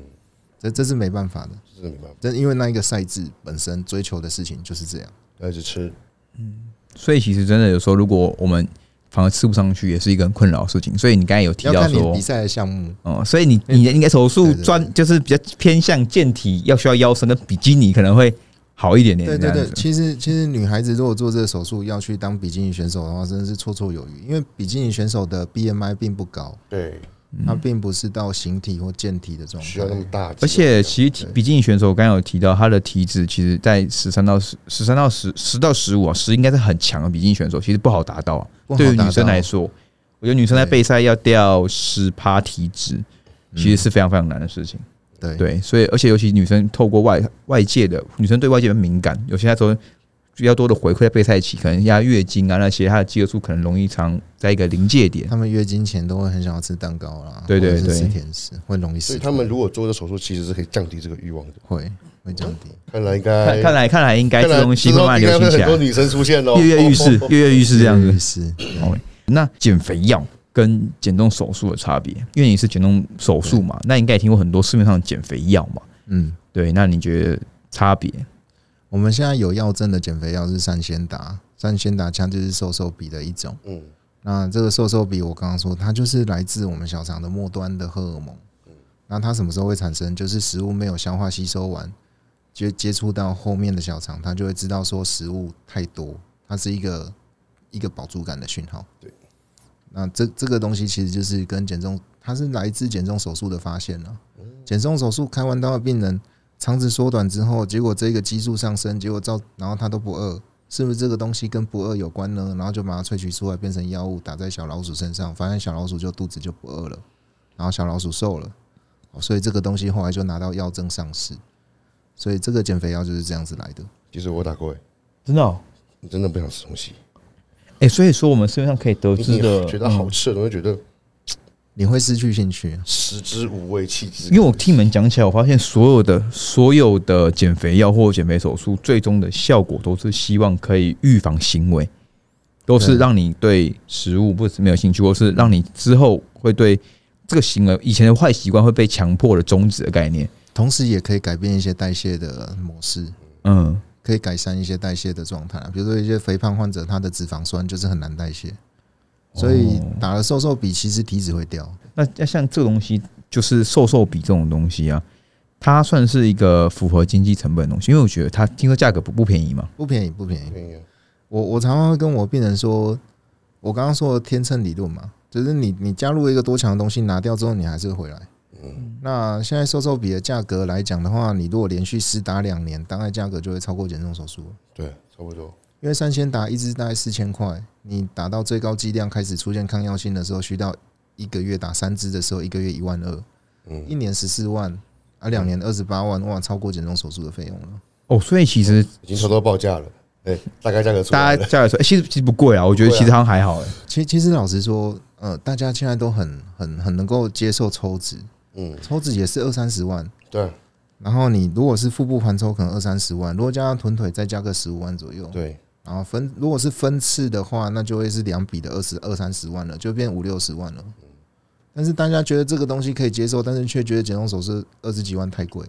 Speaker 3: 这这是没办法的。
Speaker 1: 这是没办法，
Speaker 3: 但因为那一个赛制本身追求的事情就是这样，
Speaker 1: 要一直吃，
Speaker 2: 所以其实真的有时候，如果我们反而吃不上去，也是一个很困扰的事情。所以你刚才有提
Speaker 3: 要
Speaker 2: 到
Speaker 3: 看你
Speaker 2: 说
Speaker 3: 比，赛的项目。
Speaker 2: 哦，所以你你的应该手术
Speaker 3: 对对
Speaker 2: 专就是比较偏向健体，要需要腰身跟比基尼可能会好一点点。
Speaker 3: 对对
Speaker 2: 这样
Speaker 3: 对
Speaker 2: 子，
Speaker 3: 其实其实女孩子如果做这个手术要去当比基尼选手的话，真的是绰绰有余，因为比基尼选手的 BMI 并不高，
Speaker 1: 对，
Speaker 2: 嗯
Speaker 3: 它并不是到形体或健体的状
Speaker 1: 需要那么
Speaker 3: 态。
Speaker 1: 大，
Speaker 2: 而且其实体比基尼选手，我刚刚有提到他的体脂，其实在十三到十十三到十十到十五啊，十应该是很强的比基尼选手，其实不好达到啊。
Speaker 3: 不好
Speaker 2: 对于
Speaker 3: 达
Speaker 2: 女生
Speaker 3: 到
Speaker 2: 来说，我觉得女生在
Speaker 3: 对
Speaker 2: 备赛要掉十趴体脂，
Speaker 1: 嗯
Speaker 2: 其实是非常非常难的事情。
Speaker 3: 对
Speaker 2: 对，所以而且尤其女生透过外外界的女生对外界的敏感，有些时候比较多的回馈在备赛期，可能压月经啊那些，她的激素可能容易常在一个临界点。
Speaker 3: 他们月经前都会很想要吃蛋糕啦，
Speaker 2: 对对
Speaker 3: 或者是
Speaker 2: 对
Speaker 3: 吃甜食会容易
Speaker 1: 所
Speaker 3: 死
Speaker 1: 以
Speaker 3: 痛。
Speaker 1: 他们如果做这手术，其实是可以降低这个欲望的。
Speaker 3: 会会降低。
Speaker 1: 看来应
Speaker 2: 看
Speaker 1: 该，
Speaker 2: 看来看来应该
Speaker 1: 看来
Speaker 2: 这东西慢慢
Speaker 1: 之
Speaker 2: 流
Speaker 1: 后应该会
Speaker 2: 行起
Speaker 1: 很
Speaker 2: 来
Speaker 1: 多，女生出现哦，嗯
Speaker 2: 跃跃欲试，跃跃欲试这样子。
Speaker 3: 是
Speaker 2: 那减肥药跟减重手术的差别，因为你是减重手术嘛，那应该也听过很多市面上的减肥药嘛。
Speaker 3: 嗯，
Speaker 2: 对，那你觉得差别？
Speaker 3: 我们现在有药证的减肥药是三仙达，三仙达它就是瘦瘦笔的一种。
Speaker 1: 嗯，
Speaker 3: 那这个瘦瘦笔，我刚刚说它就是来自我们小肠的末端的荷尔蒙。那它什么时候会产生？就是食物没有消化吸收完，接接触到后面的小肠，它就会知道说食物太多，它是一个一个饱足感的讯号。
Speaker 1: 对。
Speaker 3: 那这这个东西其实就是跟减重，它是来自减重手术的发现啊。
Speaker 1: 嗯
Speaker 3: 减重手术开完刀的病人，肠子缩短之后，结果这个激素上升，结果造然后他都不饿，是不是这个东西跟不饿有关呢？然后就把它萃取出来变成药物，打在小老鼠身上，发现小老鼠就肚子就不饿了，然后小老鼠瘦了，哦所以这个东西后来就拿到药证上市，所以这个减肥药就是这样子来的。
Speaker 1: [laughs] 其实我打过欸，
Speaker 2: 真的、
Speaker 1: 你真的不想吃东西，
Speaker 2: 哎、所以说我们市面上可以得
Speaker 1: 你
Speaker 2: 知的，
Speaker 1: 觉得好吃的东西，觉得
Speaker 3: 你会失去兴趣，
Speaker 1: 食之无味，弃之可惜。
Speaker 2: 因为我听你们讲起来，我发现所有的所有的减肥药或减肥手术，最终的效果都是希望可以预防行为，都是
Speaker 3: 对
Speaker 2: 让你对食物不是没有兴趣，或是让你之后会对这个行为以前的坏习惯会被强迫的终止的概念。
Speaker 3: 同时也可以改变一些代谢的模式，
Speaker 2: 嗯，
Speaker 3: 可以改善一些代谢的状态啊。比如说一些肥胖患者，他的脂肪酸就是很难代谢，所以
Speaker 2: 哦
Speaker 3: 打了瘦瘦笔，其实体脂会掉。
Speaker 2: 那那像这个东西，就是瘦瘦比这种东西啊，它算是一个符合经济成本的东西，因为我觉得它听说价格不不便宜嘛。
Speaker 3: 不便宜，不便宜。
Speaker 1: 哎呀
Speaker 3: 我我常常会跟我病人说，我刚刚说的天秤理论嘛，就是你你加入一个多强的东西，拿掉之后你还是会回来。
Speaker 1: 嗯，
Speaker 3: 那现在瘦瘦比的价格来讲的话，你如果连续施打两年，大概价格就会超过减重手术了。
Speaker 1: 对，差不多。
Speaker 3: 因为三千打一支大概四千块，你打到最高剂量开始出现抗药性的时候，需到一个月打三支的时候，一个月一万二，一
Speaker 1: 嗯，
Speaker 3: 年十四万，啊，两年二十八万，哇，超过减重手术的费用了。
Speaker 2: 哦，所以其实
Speaker 1: 已经偷偷报价了，哎，大概价格出
Speaker 2: 嗯大
Speaker 1: 来
Speaker 2: 家
Speaker 1: 了。
Speaker 2: 价格说，哎、其实其实不贵啊，我觉得
Speaker 1: 不贵啊
Speaker 2: 其实好像还好、哎
Speaker 3: 其其实老实说，呃，大家现在都很很很能够接受抽脂，
Speaker 1: 嗯，
Speaker 3: 抽脂也是二三十万。
Speaker 1: 对啊
Speaker 3: 然后你如果是腹部环抽，可能二三十万；如果加上臀腿，再加个十五万左右。
Speaker 1: 对，
Speaker 3: 然后分如果是分次的话，那就会是两笔的二十二三十万了，就变五六十万了。但是大家觉得这个东西可以接受，但是却觉得减重手术二十几万太贵。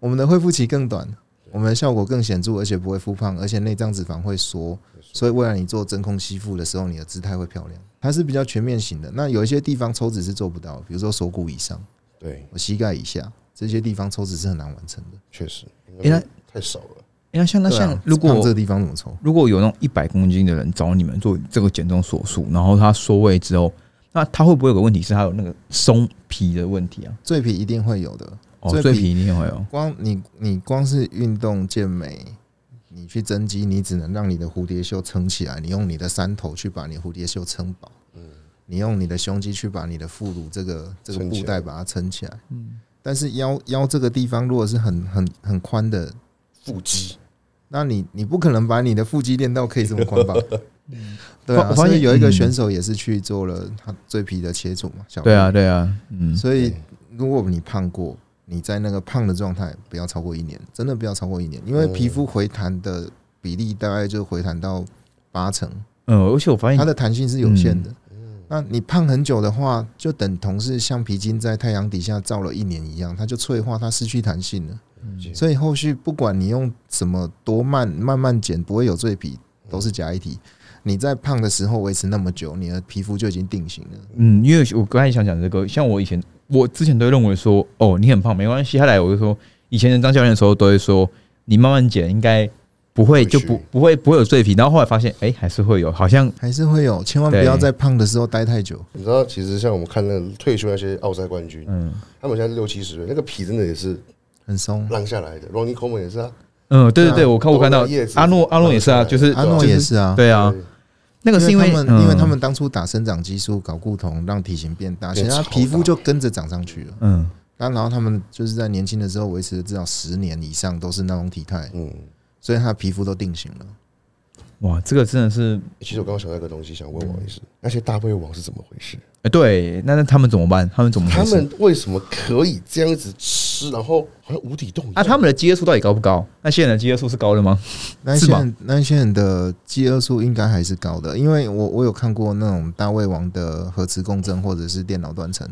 Speaker 3: 我们的恢复期更短，我们的效果更显著，而且不会复胖，而且内脏脂肪会缩，所以未来你做真空吸附的时候，你的姿态会漂亮。它是比较全面型的。那有一些地方抽脂是做不到的，比如说锁骨以上、
Speaker 1: 对，
Speaker 3: 我膝盖以下这些地方抽脂是很难完成的。
Speaker 1: 确实，
Speaker 2: 哎那
Speaker 1: 太少了。
Speaker 2: 哎那像那
Speaker 3: 对啊
Speaker 2: 像如
Speaker 3: 胖这个
Speaker 2: 果
Speaker 3: 地方怎么抽？
Speaker 2: 如果有那种一百公斤的人找你们做这个减重手术，然后他缩胃之后，那他会不会有个问题是他有那个松皮的问题啊？
Speaker 3: 赘皮一定会有的，
Speaker 2: 哦，
Speaker 3: 赘
Speaker 2: 赘
Speaker 3: 皮
Speaker 2: 皮一定会有。
Speaker 3: 光你你光是运动健美，你去增肌，你只能让你的蝴蝶袖撑起来，你用你的三头去把你蝴蝶袖撑饱，
Speaker 1: 嗯
Speaker 3: 你用你的胸肌去把你的副乳这个这个
Speaker 1: 撑起
Speaker 3: 布
Speaker 1: 来
Speaker 3: 带把它撑起来，
Speaker 2: 嗯
Speaker 3: 但是腰腰这个地方如果是很很很宽的，
Speaker 1: 腹肌，
Speaker 3: 那你你不可能把你的腹肌练到可以这么宽吧？对啊，
Speaker 2: 嗯我发
Speaker 3: 所
Speaker 2: 现
Speaker 3: 以有一个
Speaker 2: 嗯
Speaker 3: 选手也是去做了他最皮的切除嘛，小
Speaker 2: 对
Speaker 3: 鹿
Speaker 2: 啊，对啊，嗯，
Speaker 3: 所以如果你胖过，你在那个胖的状态不要超过一年，真的不要超过一年，因为皮肤回弹的比例大概就回弹到八成，
Speaker 2: 嗯，而且我发现嗯
Speaker 3: 它的弹性是有限的。那你胖很久的话，就等同是橡皮筋在太阳底下照了一年一样，它就脆化，它失去弹性了。
Speaker 1: 解
Speaker 3: 所以后续不管你用什么多慢慢慢减，不会有赘皮，都是假一体。
Speaker 2: 嗯
Speaker 3: 你在胖的时候维持那么久，你的皮肤就已经定型了。
Speaker 2: 嗯，因为我刚才想讲这个，像我以前，我之前都会认为说，哦，你很胖没关系。后来我就说，以前当教练的时候都会说，你慢慢减，应该不会
Speaker 1: 不
Speaker 2: 就
Speaker 1: 会
Speaker 2: 不
Speaker 1: 去
Speaker 2: 不会不会有赘皮。然后后来发现，哎、还是会有，好像
Speaker 3: 还是会有，千万不
Speaker 2: 对
Speaker 3: 要在胖的时候待太久。
Speaker 1: 你知道，其实像我们看那个退休那些奥赛冠军，
Speaker 2: 嗯
Speaker 1: 他们现在六七十岁，那个皮真的也是
Speaker 3: 很松，
Speaker 1: 浪下来的。Ronnie Coleman 也是啊，
Speaker 2: 嗯，对对
Speaker 3: 对
Speaker 2: 对，
Speaker 3: 啊
Speaker 2: 我看我看到
Speaker 1: 多的叶子
Speaker 2: 阿诺阿诺也是啊，就是
Speaker 3: 阿诺
Speaker 2: 就是
Speaker 3: 也是啊，
Speaker 2: 对啊，那个是因
Speaker 3: 因
Speaker 2: 为
Speaker 3: 他们，因为他
Speaker 2: 嗯
Speaker 3: 们当初打生长激素、搞固酮，让体型变大，其
Speaker 1: 变
Speaker 3: 实他
Speaker 1: 超
Speaker 3: 皮肤
Speaker 1: 大
Speaker 3: 就跟着长上去了。
Speaker 2: 嗯
Speaker 3: 那然后他们就是在年轻的时候维持了至少十年以上都是那种体态，
Speaker 1: 嗯，
Speaker 3: 所以他的皮肤都定型了。
Speaker 2: 哇，这个真的是
Speaker 1: 其实我刚刚想到一个东西，想问王医师，那些大胃王是怎么回事？
Speaker 2: 哎，对，那那他们怎么办？他们怎么回
Speaker 1: 他
Speaker 2: 嗯事
Speaker 1: 们为什么可以这样子吃，然后好像无底洞一样？
Speaker 2: 啊？他们的接触到底高不高？那些人的接触是高的吗？
Speaker 3: 那一些人那一些人的饥饿素应该还是高的，因为我我有看过那种大胃王的核磁共振或者是电脑断层，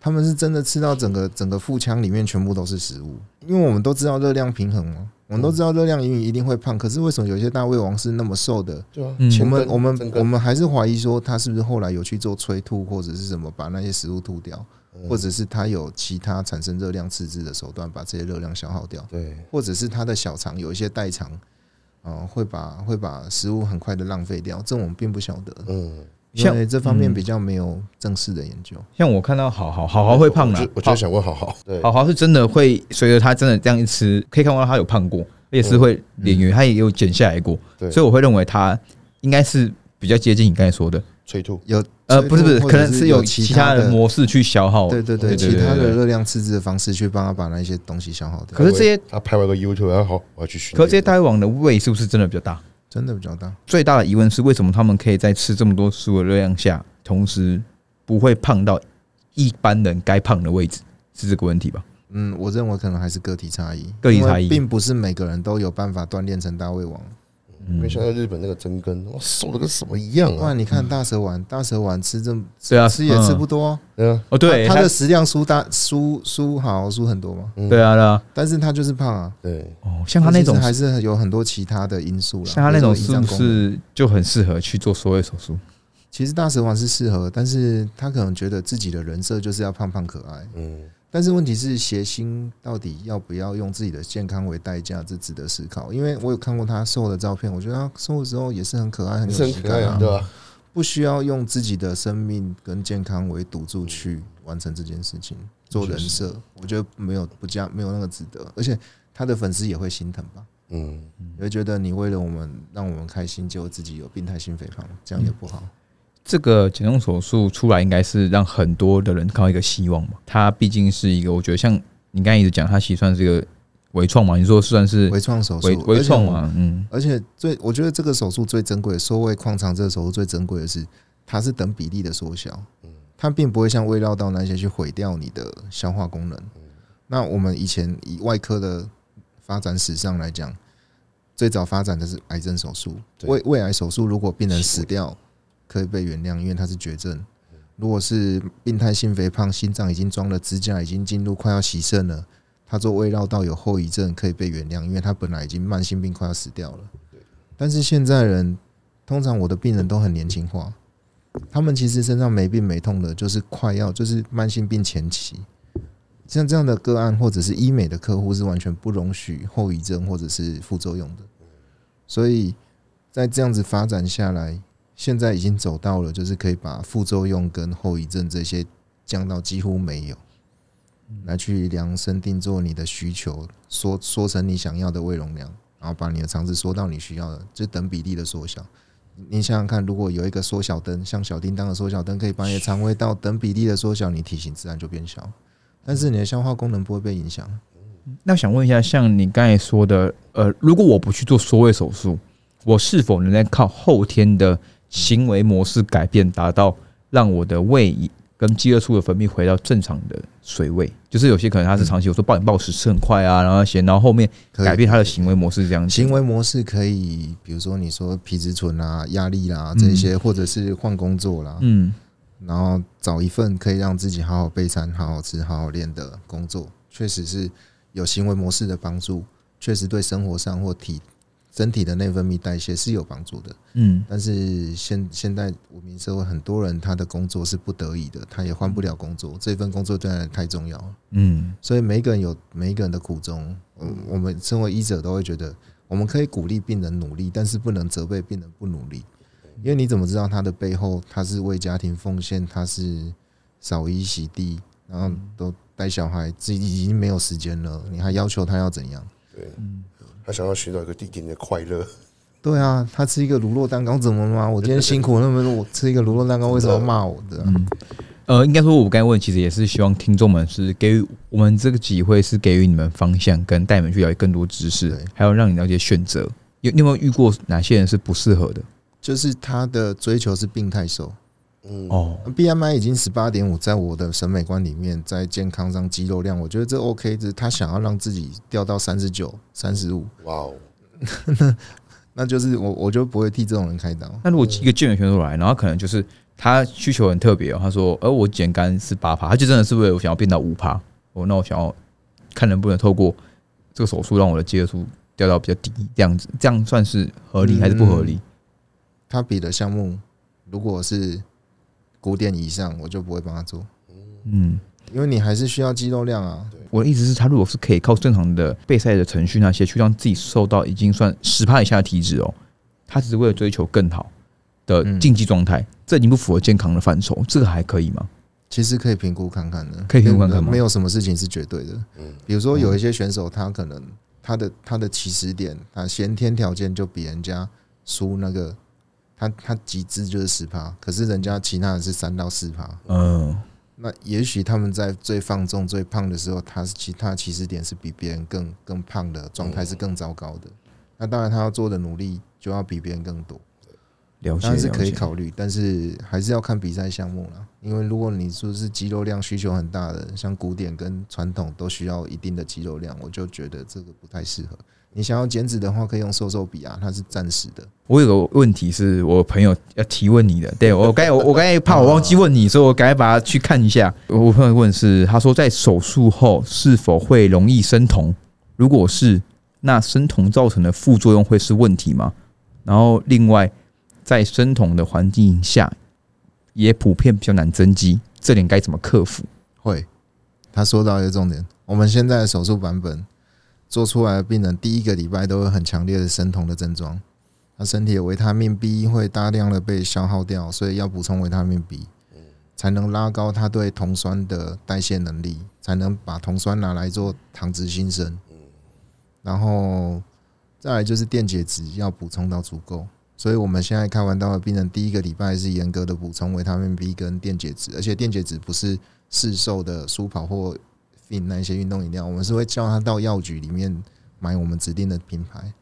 Speaker 3: 他们是真的吃到整个整个腹腔里面全部都是食物，因为我们都知道热量平衡嘛，我们都知道热量盈余一定会胖，可是为什么有些大胃王是那么瘦的？
Speaker 1: 对啊，
Speaker 2: 嗯
Speaker 3: 我
Speaker 1: 前
Speaker 3: 们
Speaker 1: 根
Speaker 3: 我们
Speaker 1: 正根
Speaker 3: 我们还是怀疑说他是不是后来有去做催吐或者是什么把那些食物吐掉，
Speaker 2: 嗯
Speaker 3: 或者是他有其他产生热量赤字的手段把这些热量消耗掉。
Speaker 1: 对，
Speaker 3: 或者是他的小肠有一些代偿，呃，会把会把食物很快的浪费掉，这我们并不晓得，
Speaker 1: 嗯，
Speaker 2: 像
Speaker 3: 因为这方面
Speaker 2: 嗯
Speaker 3: 比较没有正式的研究。
Speaker 2: 像我看到好好好好会胖啊
Speaker 1: 我
Speaker 2: 了
Speaker 1: 就，我就想问好好，对，
Speaker 2: 好好是真的会随着他真的这样一吃，可以看到他有胖过，而且是会脸圆，他也有减下来过，
Speaker 1: 对
Speaker 2: 所以我会认为他应该是比较接近你刚才说的，
Speaker 1: 催吐，
Speaker 3: 有
Speaker 2: 呃，
Speaker 3: 所以
Speaker 2: 不是不是，
Speaker 3: 或
Speaker 2: 可
Speaker 3: 者
Speaker 2: 能
Speaker 3: 是
Speaker 2: 是
Speaker 3: 有
Speaker 2: 有其他的
Speaker 3: 的，
Speaker 2: 模式去消耗。啊
Speaker 3: 对对对，
Speaker 1: 对
Speaker 3: 其
Speaker 2: 对
Speaker 3: 他的
Speaker 2: 对
Speaker 3: 热量赤字的方式去帮他把那些东西消耗掉
Speaker 2: 可，是这些，
Speaker 1: 他拍完个 YouTube，然后好，我要去训练，
Speaker 2: 可是这些大胃王的胃是不是真的比较大？
Speaker 3: 真的比较大。
Speaker 2: 最大的疑问是，为什么他们可以在吃这么多食物的热量下，同时不会胖到一般人该胖的位置？是这个问题吧？
Speaker 3: 嗯，我认为可能还是个体差异，
Speaker 2: 个体
Speaker 3: 因为
Speaker 2: 差异
Speaker 3: 并不是每个人都有办法锻炼成大胃王。
Speaker 1: 因为现在日本那个真根，哇，瘦的跟什么一样
Speaker 3: 不
Speaker 1: 啊！
Speaker 3: 然你看大蛇丸，大蛇丸吃这么
Speaker 2: 嗯对啊，
Speaker 3: 吃也吃不
Speaker 2: 嗯
Speaker 3: 多，
Speaker 1: 对啊，
Speaker 2: 哦，对，
Speaker 3: 它
Speaker 2: 他
Speaker 3: 的食量输大输输好输很多嘛，
Speaker 1: 嗯
Speaker 2: 对啊，对啊，
Speaker 3: 但是它就是胖啊。
Speaker 1: 对，
Speaker 2: 哦，像他那种
Speaker 3: 其实还是有很多其他的因素啦。
Speaker 2: 像他那种
Speaker 3: 比如
Speaker 2: 是
Speaker 3: 说
Speaker 2: 不
Speaker 3: 胰脏功能？
Speaker 2: 是就很适合去做缩胃手术？
Speaker 3: 其实大蛇丸是适合，但是他可能觉得自己的人设就是要胖胖可爱。
Speaker 1: 嗯，
Speaker 3: 但是问题是，谐星到底要不要用自己的健康为代价？这值得思考。因为我有看过他瘦的照片，我觉得他瘦的时候也是很可爱，很
Speaker 1: 也
Speaker 3: 有
Speaker 1: 是
Speaker 3: 喜
Speaker 1: 很可
Speaker 3: 感
Speaker 1: 爱啊，
Speaker 3: 啊
Speaker 1: 对。吧？
Speaker 3: 不需要用自己的生命跟健康为赌注去完成这件事情，做人设，我觉得没有不加没有那个值得。而且他的粉丝也会心疼吧。
Speaker 1: 嗯，
Speaker 3: 你会觉得你为了我们让我们开心，结果自己有病态性肥胖，这样也不好。
Speaker 2: 这个减重手术出来，应该是让很多的人看到一个希望嘛。它毕竟是一个，我觉得像你刚才一直讲，它其实算是一个微创嘛。你说算是
Speaker 3: 微创手术
Speaker 2: 微，微创
Speaker 3: 而且
Speaker 2: 嘛？嗯，
Speaker 3: 我。而且最，我觉得这个手术最珍贵，缩胃矿肠这个手术最珍贵的是，它是等比例的缩小，它并不会像胃绕道那些去毁掉你的消化功能。那我们以前以外科的发展史上来讲，最早发展的是癌症手术，
Speaker 1: 对
Speaker 3: 胃胃癌手术如果病人死掉，可以被原谅，因为它是绝症。如果是病态性肥胖，心脏已经装了支架，已经进入快要洗肾了，他做胃绕道有后遗症可以被原谅，因为他本来已经慢性病快要死掉了。但是现在人，通常我的病人都很年轻化，他们其实身上没病没痛的，就是快要就是慢性病前期。像这样的个案，或者是医美的客户，是完全不容许后遗症或者是副作用的。所以在这样子发展下来，现在已经走到了就是可以把副作用跟后遗症这些降到几乎没有，来去量身定做你的需求，缩缩成你想要的胃容量，然后把你的肠子缩到你需要的，就等比例的缩小。你想想看，如果有一个缩小灯，像小叮当的缩小灯，可以把你的肠胃道等比例的缩小，你体型自然就变小，但是你的消化功能不会被影响。
Speaker 2: 那想问一下，像你刚才说的，呃，如果我不去做缩胃手术，我是否能在靠后天的行为模式改变，达到让我的胃跟饥饿素的分泌回到正常的水位？就是有些可能他是长期，我说暴饮暴食吃很快啊，然后嫌，然后后面
Speaker 3: 可以
Speaker 2: 改变他的行为模式这样子。
Speaker 3: 行为模式可以，比如说你说皮质醇啊、压力啦、
Speaker 2: 嗯
Speaker 3: 这些，或者是换工作啦，
Speaker 2: 嗯，
Speaker 3: 然后找一份可以让自己好好备餐、好好吃、好好练的工作，确实是有行为模式的帮助，确实对生活上或体身体的内分泌代谢是有帮助的。
Speaker 2: 嗯，
Speaker 3: 但是现现代文明社会，很多人他的工作是不得已的，他也换不了工作，这份工作对他来太重要了。
Speaker 2: 嗯，
Speaker 3: 所以每一个人有每一个人的苦衷，嗯，我们身为医者都会觉得，我们可以鼓励病人努力，但是不能责备病人不努力，因为你怎么知道他的背后他是为家庭奉献，他是扫衣洗地，然后都带小孩，自己已经没有时间了，你还要求他要怎样？
Speaker 1: 他想要寻找一个一点点快乐，
Speaker 3: 对啊，他吃一个乳酪蛋糕怎么了吗？我今天辛苦那么多，我吃一个乳酪蛋糕为什么要骂我的、啊？
Speaker 2: 呃，应该说，我刚才问，其实也是希望听众们是给予我们这个机会，是给予你们方向，跟带你们去了解更多知识
Speaker 3: 对，
Speaker 2: 还有让你了解选择。有你有没有遇过哪些人是不适合的？
Speaker 3: 就是他的追求是病态瘦
Speaker 1: 嗯，
Speaker 2: 哦，
Speaker 3: ，BMI 已经十八点五，在我的审美观里面，在健康上肌肉量，我觉得这 OK，只是他想要让自己掉到三十九、三十五，
Speaker 1: 哇哦，
Speaker 3: 那就是我我就不会替这种人开刀。
Speaker 2: 那如果一个健美选手来，然后可能就是他需求很特别哦，他说，呃，我减干是八趴，他就真的是为了我想要变到五趴，哦，那我想要看能不能透过这个手术让我的接触掉到比较低，这样子，这样算是合理还是不合理？
Speaker 3: 他比的项目如果是古典以上，我就不会帮他做，
Speaker 2: 嗯，
Speaker 3: 因为你还是需要肌肉量啊。
Speaker 2: 我的意思是，他如果是可以靠正常的备赛的程序那些去让自己瘦到已经算十帕以下的体脂哦，他只是为了追求更好的
Speaker 3: 嗯
Speaker 2: 竞技状态，这已经不符合健康的范畴，这个还可以吗？
Speaker 3: 其实可以评估看看的，
Speaker 2: 可以评估看看吗
Speaker 3: 没有什么事情是绝对的。
Speaker 1: 嗯
Speaker 3: 比如说有一些选手，他可能他的他的起始点，他先天条件就比人家输那个，他他极致就是十趴，可是人家其他人是三到四趴。
Speaker 2: 嗯
Speaker 3: 那也许他们在最放纵、最胖的时候，他是其他起始点是比别人更更胖的状态是更糟糕的。那当然，他要做的努力就要比别人更多。
Speaker 2: 了解，
Speaker 3: 当然是可以
Speaker 2: 了解
Speaker 3: 考虑，但是还是要看比赛项目啦。因为如果你说是肌肉量需求很大的，像古典跟传统都需要一定的肌肉量，我就觉得这个不太适合。你想要减脂的话，可以用瘦瘦比啊，它是暂时的。
Speaker 2: 我有个问题是我朋友要提问你的，对我刚才我我刚才怕我忘记问你，所以我赶快把它去看一下。我朋友问是，他说在手术后是否会容易生酮？如果是，那生酮造成的副作用会是问题吗？然后另外，在生酮的环境下，也普遍比较难增肌，这点该怎么克服？
Speaker 3: 会，他说到一个重点，我们现在的手术版本做出来的病人，第一个礼拜都有很强烈的生酮的症状，他身体的维他命 B 会大量的被消耗掉，所以要补充维他命 B，才能拉高他对酮酸的代谢能力，才能把酮酸拿来做糖脂新生。然后再来就是电解质要补充到足够。所以我们现在开完刀的病人，第一个礼拜是严格的补充维他命 B 跟电解质，而且电解质不是市售的舒跑或 Fin 那一些运动饮料，我们是会叫他到药局里面买我们指定的品牌，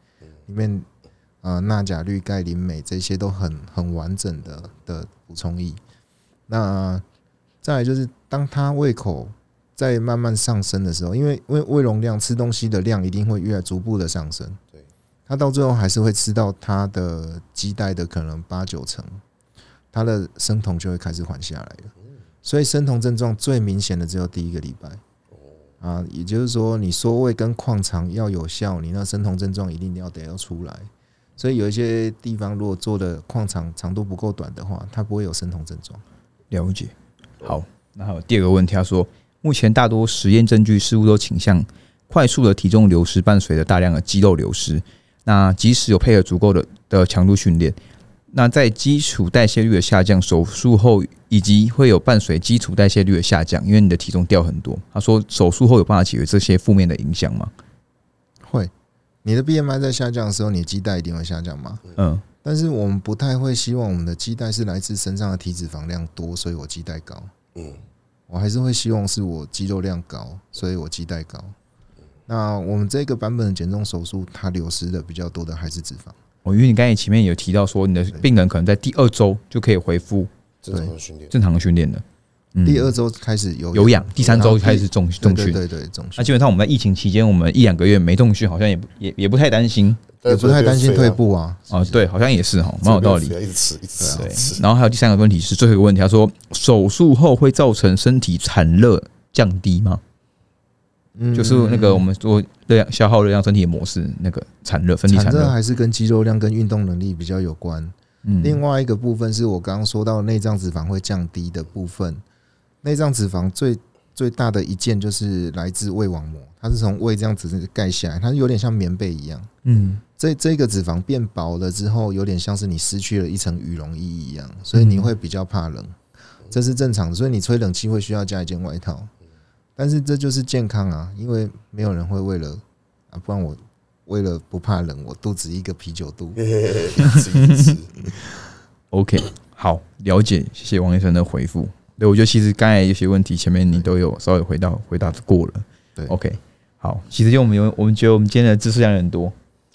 Speaker 3: 里面呃钠钾氯钙磷镁这些都很很完整的的补充液。那再来就是当他胃口在慢慢上升的时候，因为因为胃容量吃东西的量一定会越来逐步的上升，
Speaker 1: 对，
Speaker 3: 他到最后还是会吃到他的基带的可能八九成，他的生酮就会开始缓下来了。所以生酮症状最明显的只有第一个礼拜。啊，也就是说，你缩胃跟矿肠要有效，你那生酮症状一定要得要出来。所以有一些地方如果做的矿肠长度不够短的话，它不会有生酮症状。
Speaker 2: 了解。好，那还有第二个问题，他说，目前大多实验证据似乎都倾向快速的体重流失伴随着大量的肌肉流失。那即使有配合足够的的强度训练，那在基础代谢率的下降，手术后以及会有伴随基础代谢率的下降，因为你的体重掉很多。他说，手术后有办法解决这些负面的影响吗？
Speaker 3: 会，你的 BMI 在下降的时候，你的基带一定会下降嘛？
Speaker 2: 嗯，
Speaker 3: 但是我们不太会希望我们的基带是来自身上的体脂肪量多，所以我基带高。
Speaker 1: 嗯，
Speaker 3: 我还是会希望是我肌肉量高，所以我基带高。那我们这个版本的减重手术，它流失的比较多的还是脂肪。
Speaker 2: 我哦因为你刚才前面有提到说，你的病人可能在第二周就可以恢复
Speaker 1: 正常的训练，
Speaker 2: 正常的训练了。嗯
Speaker 3: 第二周开始有
Speaker 2: 有氧，第三周开始重
Speaker 3: 重
Speaker 2: 重
Speaker 3: 训，
Speaker 2: 训。
Speaker 3: 对对对重
Speaker 2: 那
Speaker 3: 训，
Speaker 2: 啊基本上我们在疫情期间，我们一两个月没重训，好像也不也也不太担心
Speaker 3: 也不太担心退步啊。
Speaker 2: 啊。对，好像也是哈，蛮有道理。
Speaker 1: 一直吃，一直吃，
Speaker 2: 对啊
Speaker 1: 一直，吃。
Speaker 2: 然后还有第三个问题是最后一个问题，他说手术后会造成身体产热降低吗？
Speaker 3: 嗯
Speaker 2: 就是那个我们说热量消耗热量身体的模式，那个产热身体
Speaker 3: 产
Speaker 2: 产
Speaker 3: 热
Speaker 2: 热。
Speaker 3: 还是跟肌肉量跟运动能力比较有关。
Speaker 2: 嗯
Speaker 3: 另外一个部分是我刚刚说到内脏脂肪会降低的部分，内脏脂肪最最大的一件就是来自胃网膜，它是从胃这样子盖下来，它有点像棉被一样。
Speaker 2: 嗯
Speaker 3: 这这个脂肪变薄了之后，有点像是你失去了一层羽绒衣一样，所以你会比较怕冷，这是正常的。所以你吹冷气会需要加一件外套，但是这就是健康啊，因为没有人会为了啊，不然我为了不怕冷，我肚子一个啤酒肚。
Speaker 1: 嘿嘿嘿一直一直吃。
Speaker 2: ，OK，好，了解，谢谢王医生的回复。对，我觉得其实刚才有些问题前面你都有稍微回到回答过了。
Speaker 3: 对
Speaker 2: ，OK，好，其实就我们有我们觉得我们今天的知识量有点多，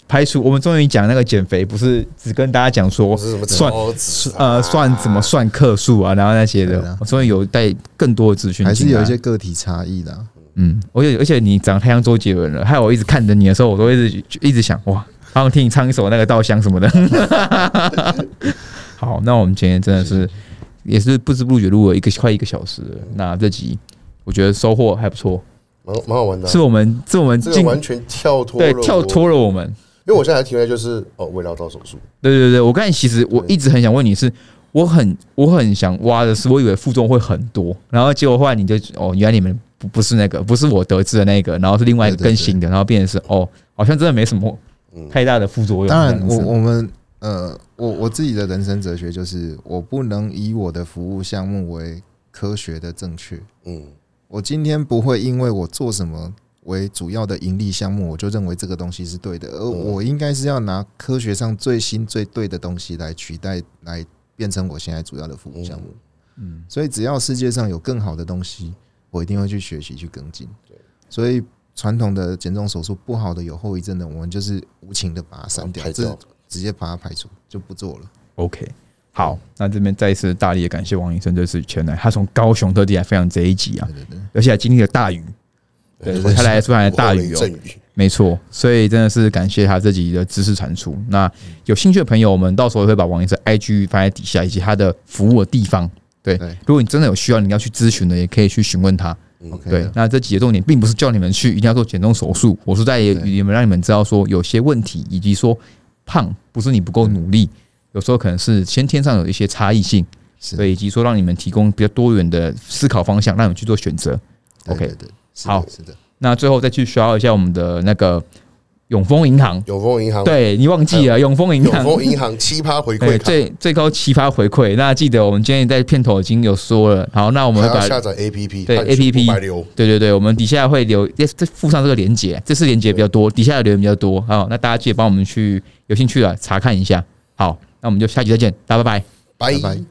Speaker 2: 排除我们终于讲那个减肥，不是只跟大家讲说
Speaker 1: 不是什么
Speaker 2: 算
Speaker 1: 超值啊
Speaker 2: 呃算怎么算克数啊，然后那些
Speaker 3: 对
Speaker 2: 的
Speaker 3: 啦，
Speaker 2: 我终于有带更多的资讯进来，
Speaker 3: 还是有一些个体差异的啊、
Speaker 2: 嗯，而且而且你长得太像周杰伦了，害我一直看着你的时候，我都一直一直想哇，好想听你唱一首那个《稻香》什么的。好，那我们今天真的是也是不知不觉录了一个快一个小时了，那这集我觉得收获还不错，
Speaker 1: 蛮蛮好玩的啊
Speaker 2: 是。我们是我们
Speaker 1: 这个
Speaker 2: 进
Speaker 1: 完全跳脱了
Speaker 2: 对
Speaker 1: 我
Speaker 2: 跳，脱了我们，
Speaker 1: 因为我现在还停留在就是哦，胃绕道手术，
Speaker 2: 对对对，我刚才其实我一直很想问你是。我很我很想挖的是，我以为负重会很多，然后结果后来你就哦，原来你们不不是那个，不是我得知的那个，然后是另外一个
Speaker 3: 对对对
Speaker 2: 更新的，然后变成是哦，好像真的没什么
Speaker 1: 嗯，
Speaker 2: 太大的副作用。
Speaker 3: 当然
Speaker 2: 这样
Speaker 3: 我，
Speaker 2: 子
Speaker 3: 我们呃，我我自己的人生哲学就是，我不能以我的服务项目为科学的正确。
Speaker 1: 嗯，
Speaker 3: 我今天不会因为我做什么为主要的盈利项目，我就认为这个东西是对的，而
Speaker 2: 嗯
Speaker 3: 我应该是要拿科学上最新最对的东西来取代，来变成我现在主要的服务项目。
Speaker 2: 嗯，
Speaker 3: 所以只要世界上有更好的东西，我一定会去学习去跟进。所以传统的减重手术不好的有后遗症的，我们就是无情的把它删
Speaker 2: 哦
Speaker 3: 掉，
Speaker 1: 排
Speaker 3: 这
Speaker 1: 掉，
Speaker 3: 直接把它排除，就不做了。
Speaker 2: OK，好，那这边再一次大力的感谢王医生这次前来，他从高雄特地来分享这一集啊
Speaker 3: 对，对对。
Speaker 2: 而且还经历了大雨，对，他来突然大雨
Speaker 1: 午后
Speaker 2: 哦
Speaker 1: 雷，阵雨，
Speaker 2: 没错，所以真的是感谢他这集的知识产出。那有兴趣的朋友，我们到时候会把王医生 IG 放在底下，以及他的服务的地方。对
Speaker 3: 对，
Speaker 2: 如果你真的有需要，你要去咨询的，也可以去询问他。
Speaker 1: 嗯
Speaker 3: OK
Speaker 2: 对，那这几个重点并不是叫你们去一定要做减重手术，我是在也
Speaker 3: 对
Speaker 2: 也们让你们知道说有些问题，以及说胖不是你不够努力，有时候可能是先天上有一些差异性，
Speaker 3: 是
Speaker 2: 对，以及说让你们提供比较多元的思考方向，让你们去做选择。
Speaker 3: 对
Speaker 2: OK
Speaker 3: 对对，是的
Speaker 2: 好
Speaker 3: 是的，
Speaker 2: 那最后再去需要一下我们的那个永丰银行，
Speaker 1: 永丰银行，
Speaker 2: 对你忘记了永丰银
Speaker 1: 永
Speaker 2: 行。
Speaker 1: 丰银行奇葩回
Speaker 2: 对，
Speaker 1: 馈卡，
Speaker 2: 最最高奇葩回馈。那记得我们今天在片头已经有说了，好，那我们
Speaker 1: 还
Speaker 2: 会
Speaker 1: 要
Speaker 2: 把
Speaker 1: 下载 APP，
Speaker 2: 对
Speaker 1: 看全
Speaker 2: APP
Speaker 1: 部白流，
Speaker 2: 对对对，我们底下会留，这这附上这个连接，这次连接比较多，底下的留言比较多。好，那大家记得帮我们去有兴趣的查看一下。好，那我们就下集再见，大家拜拜。
Speaker 1: 拜
Speaker 3: 拜拜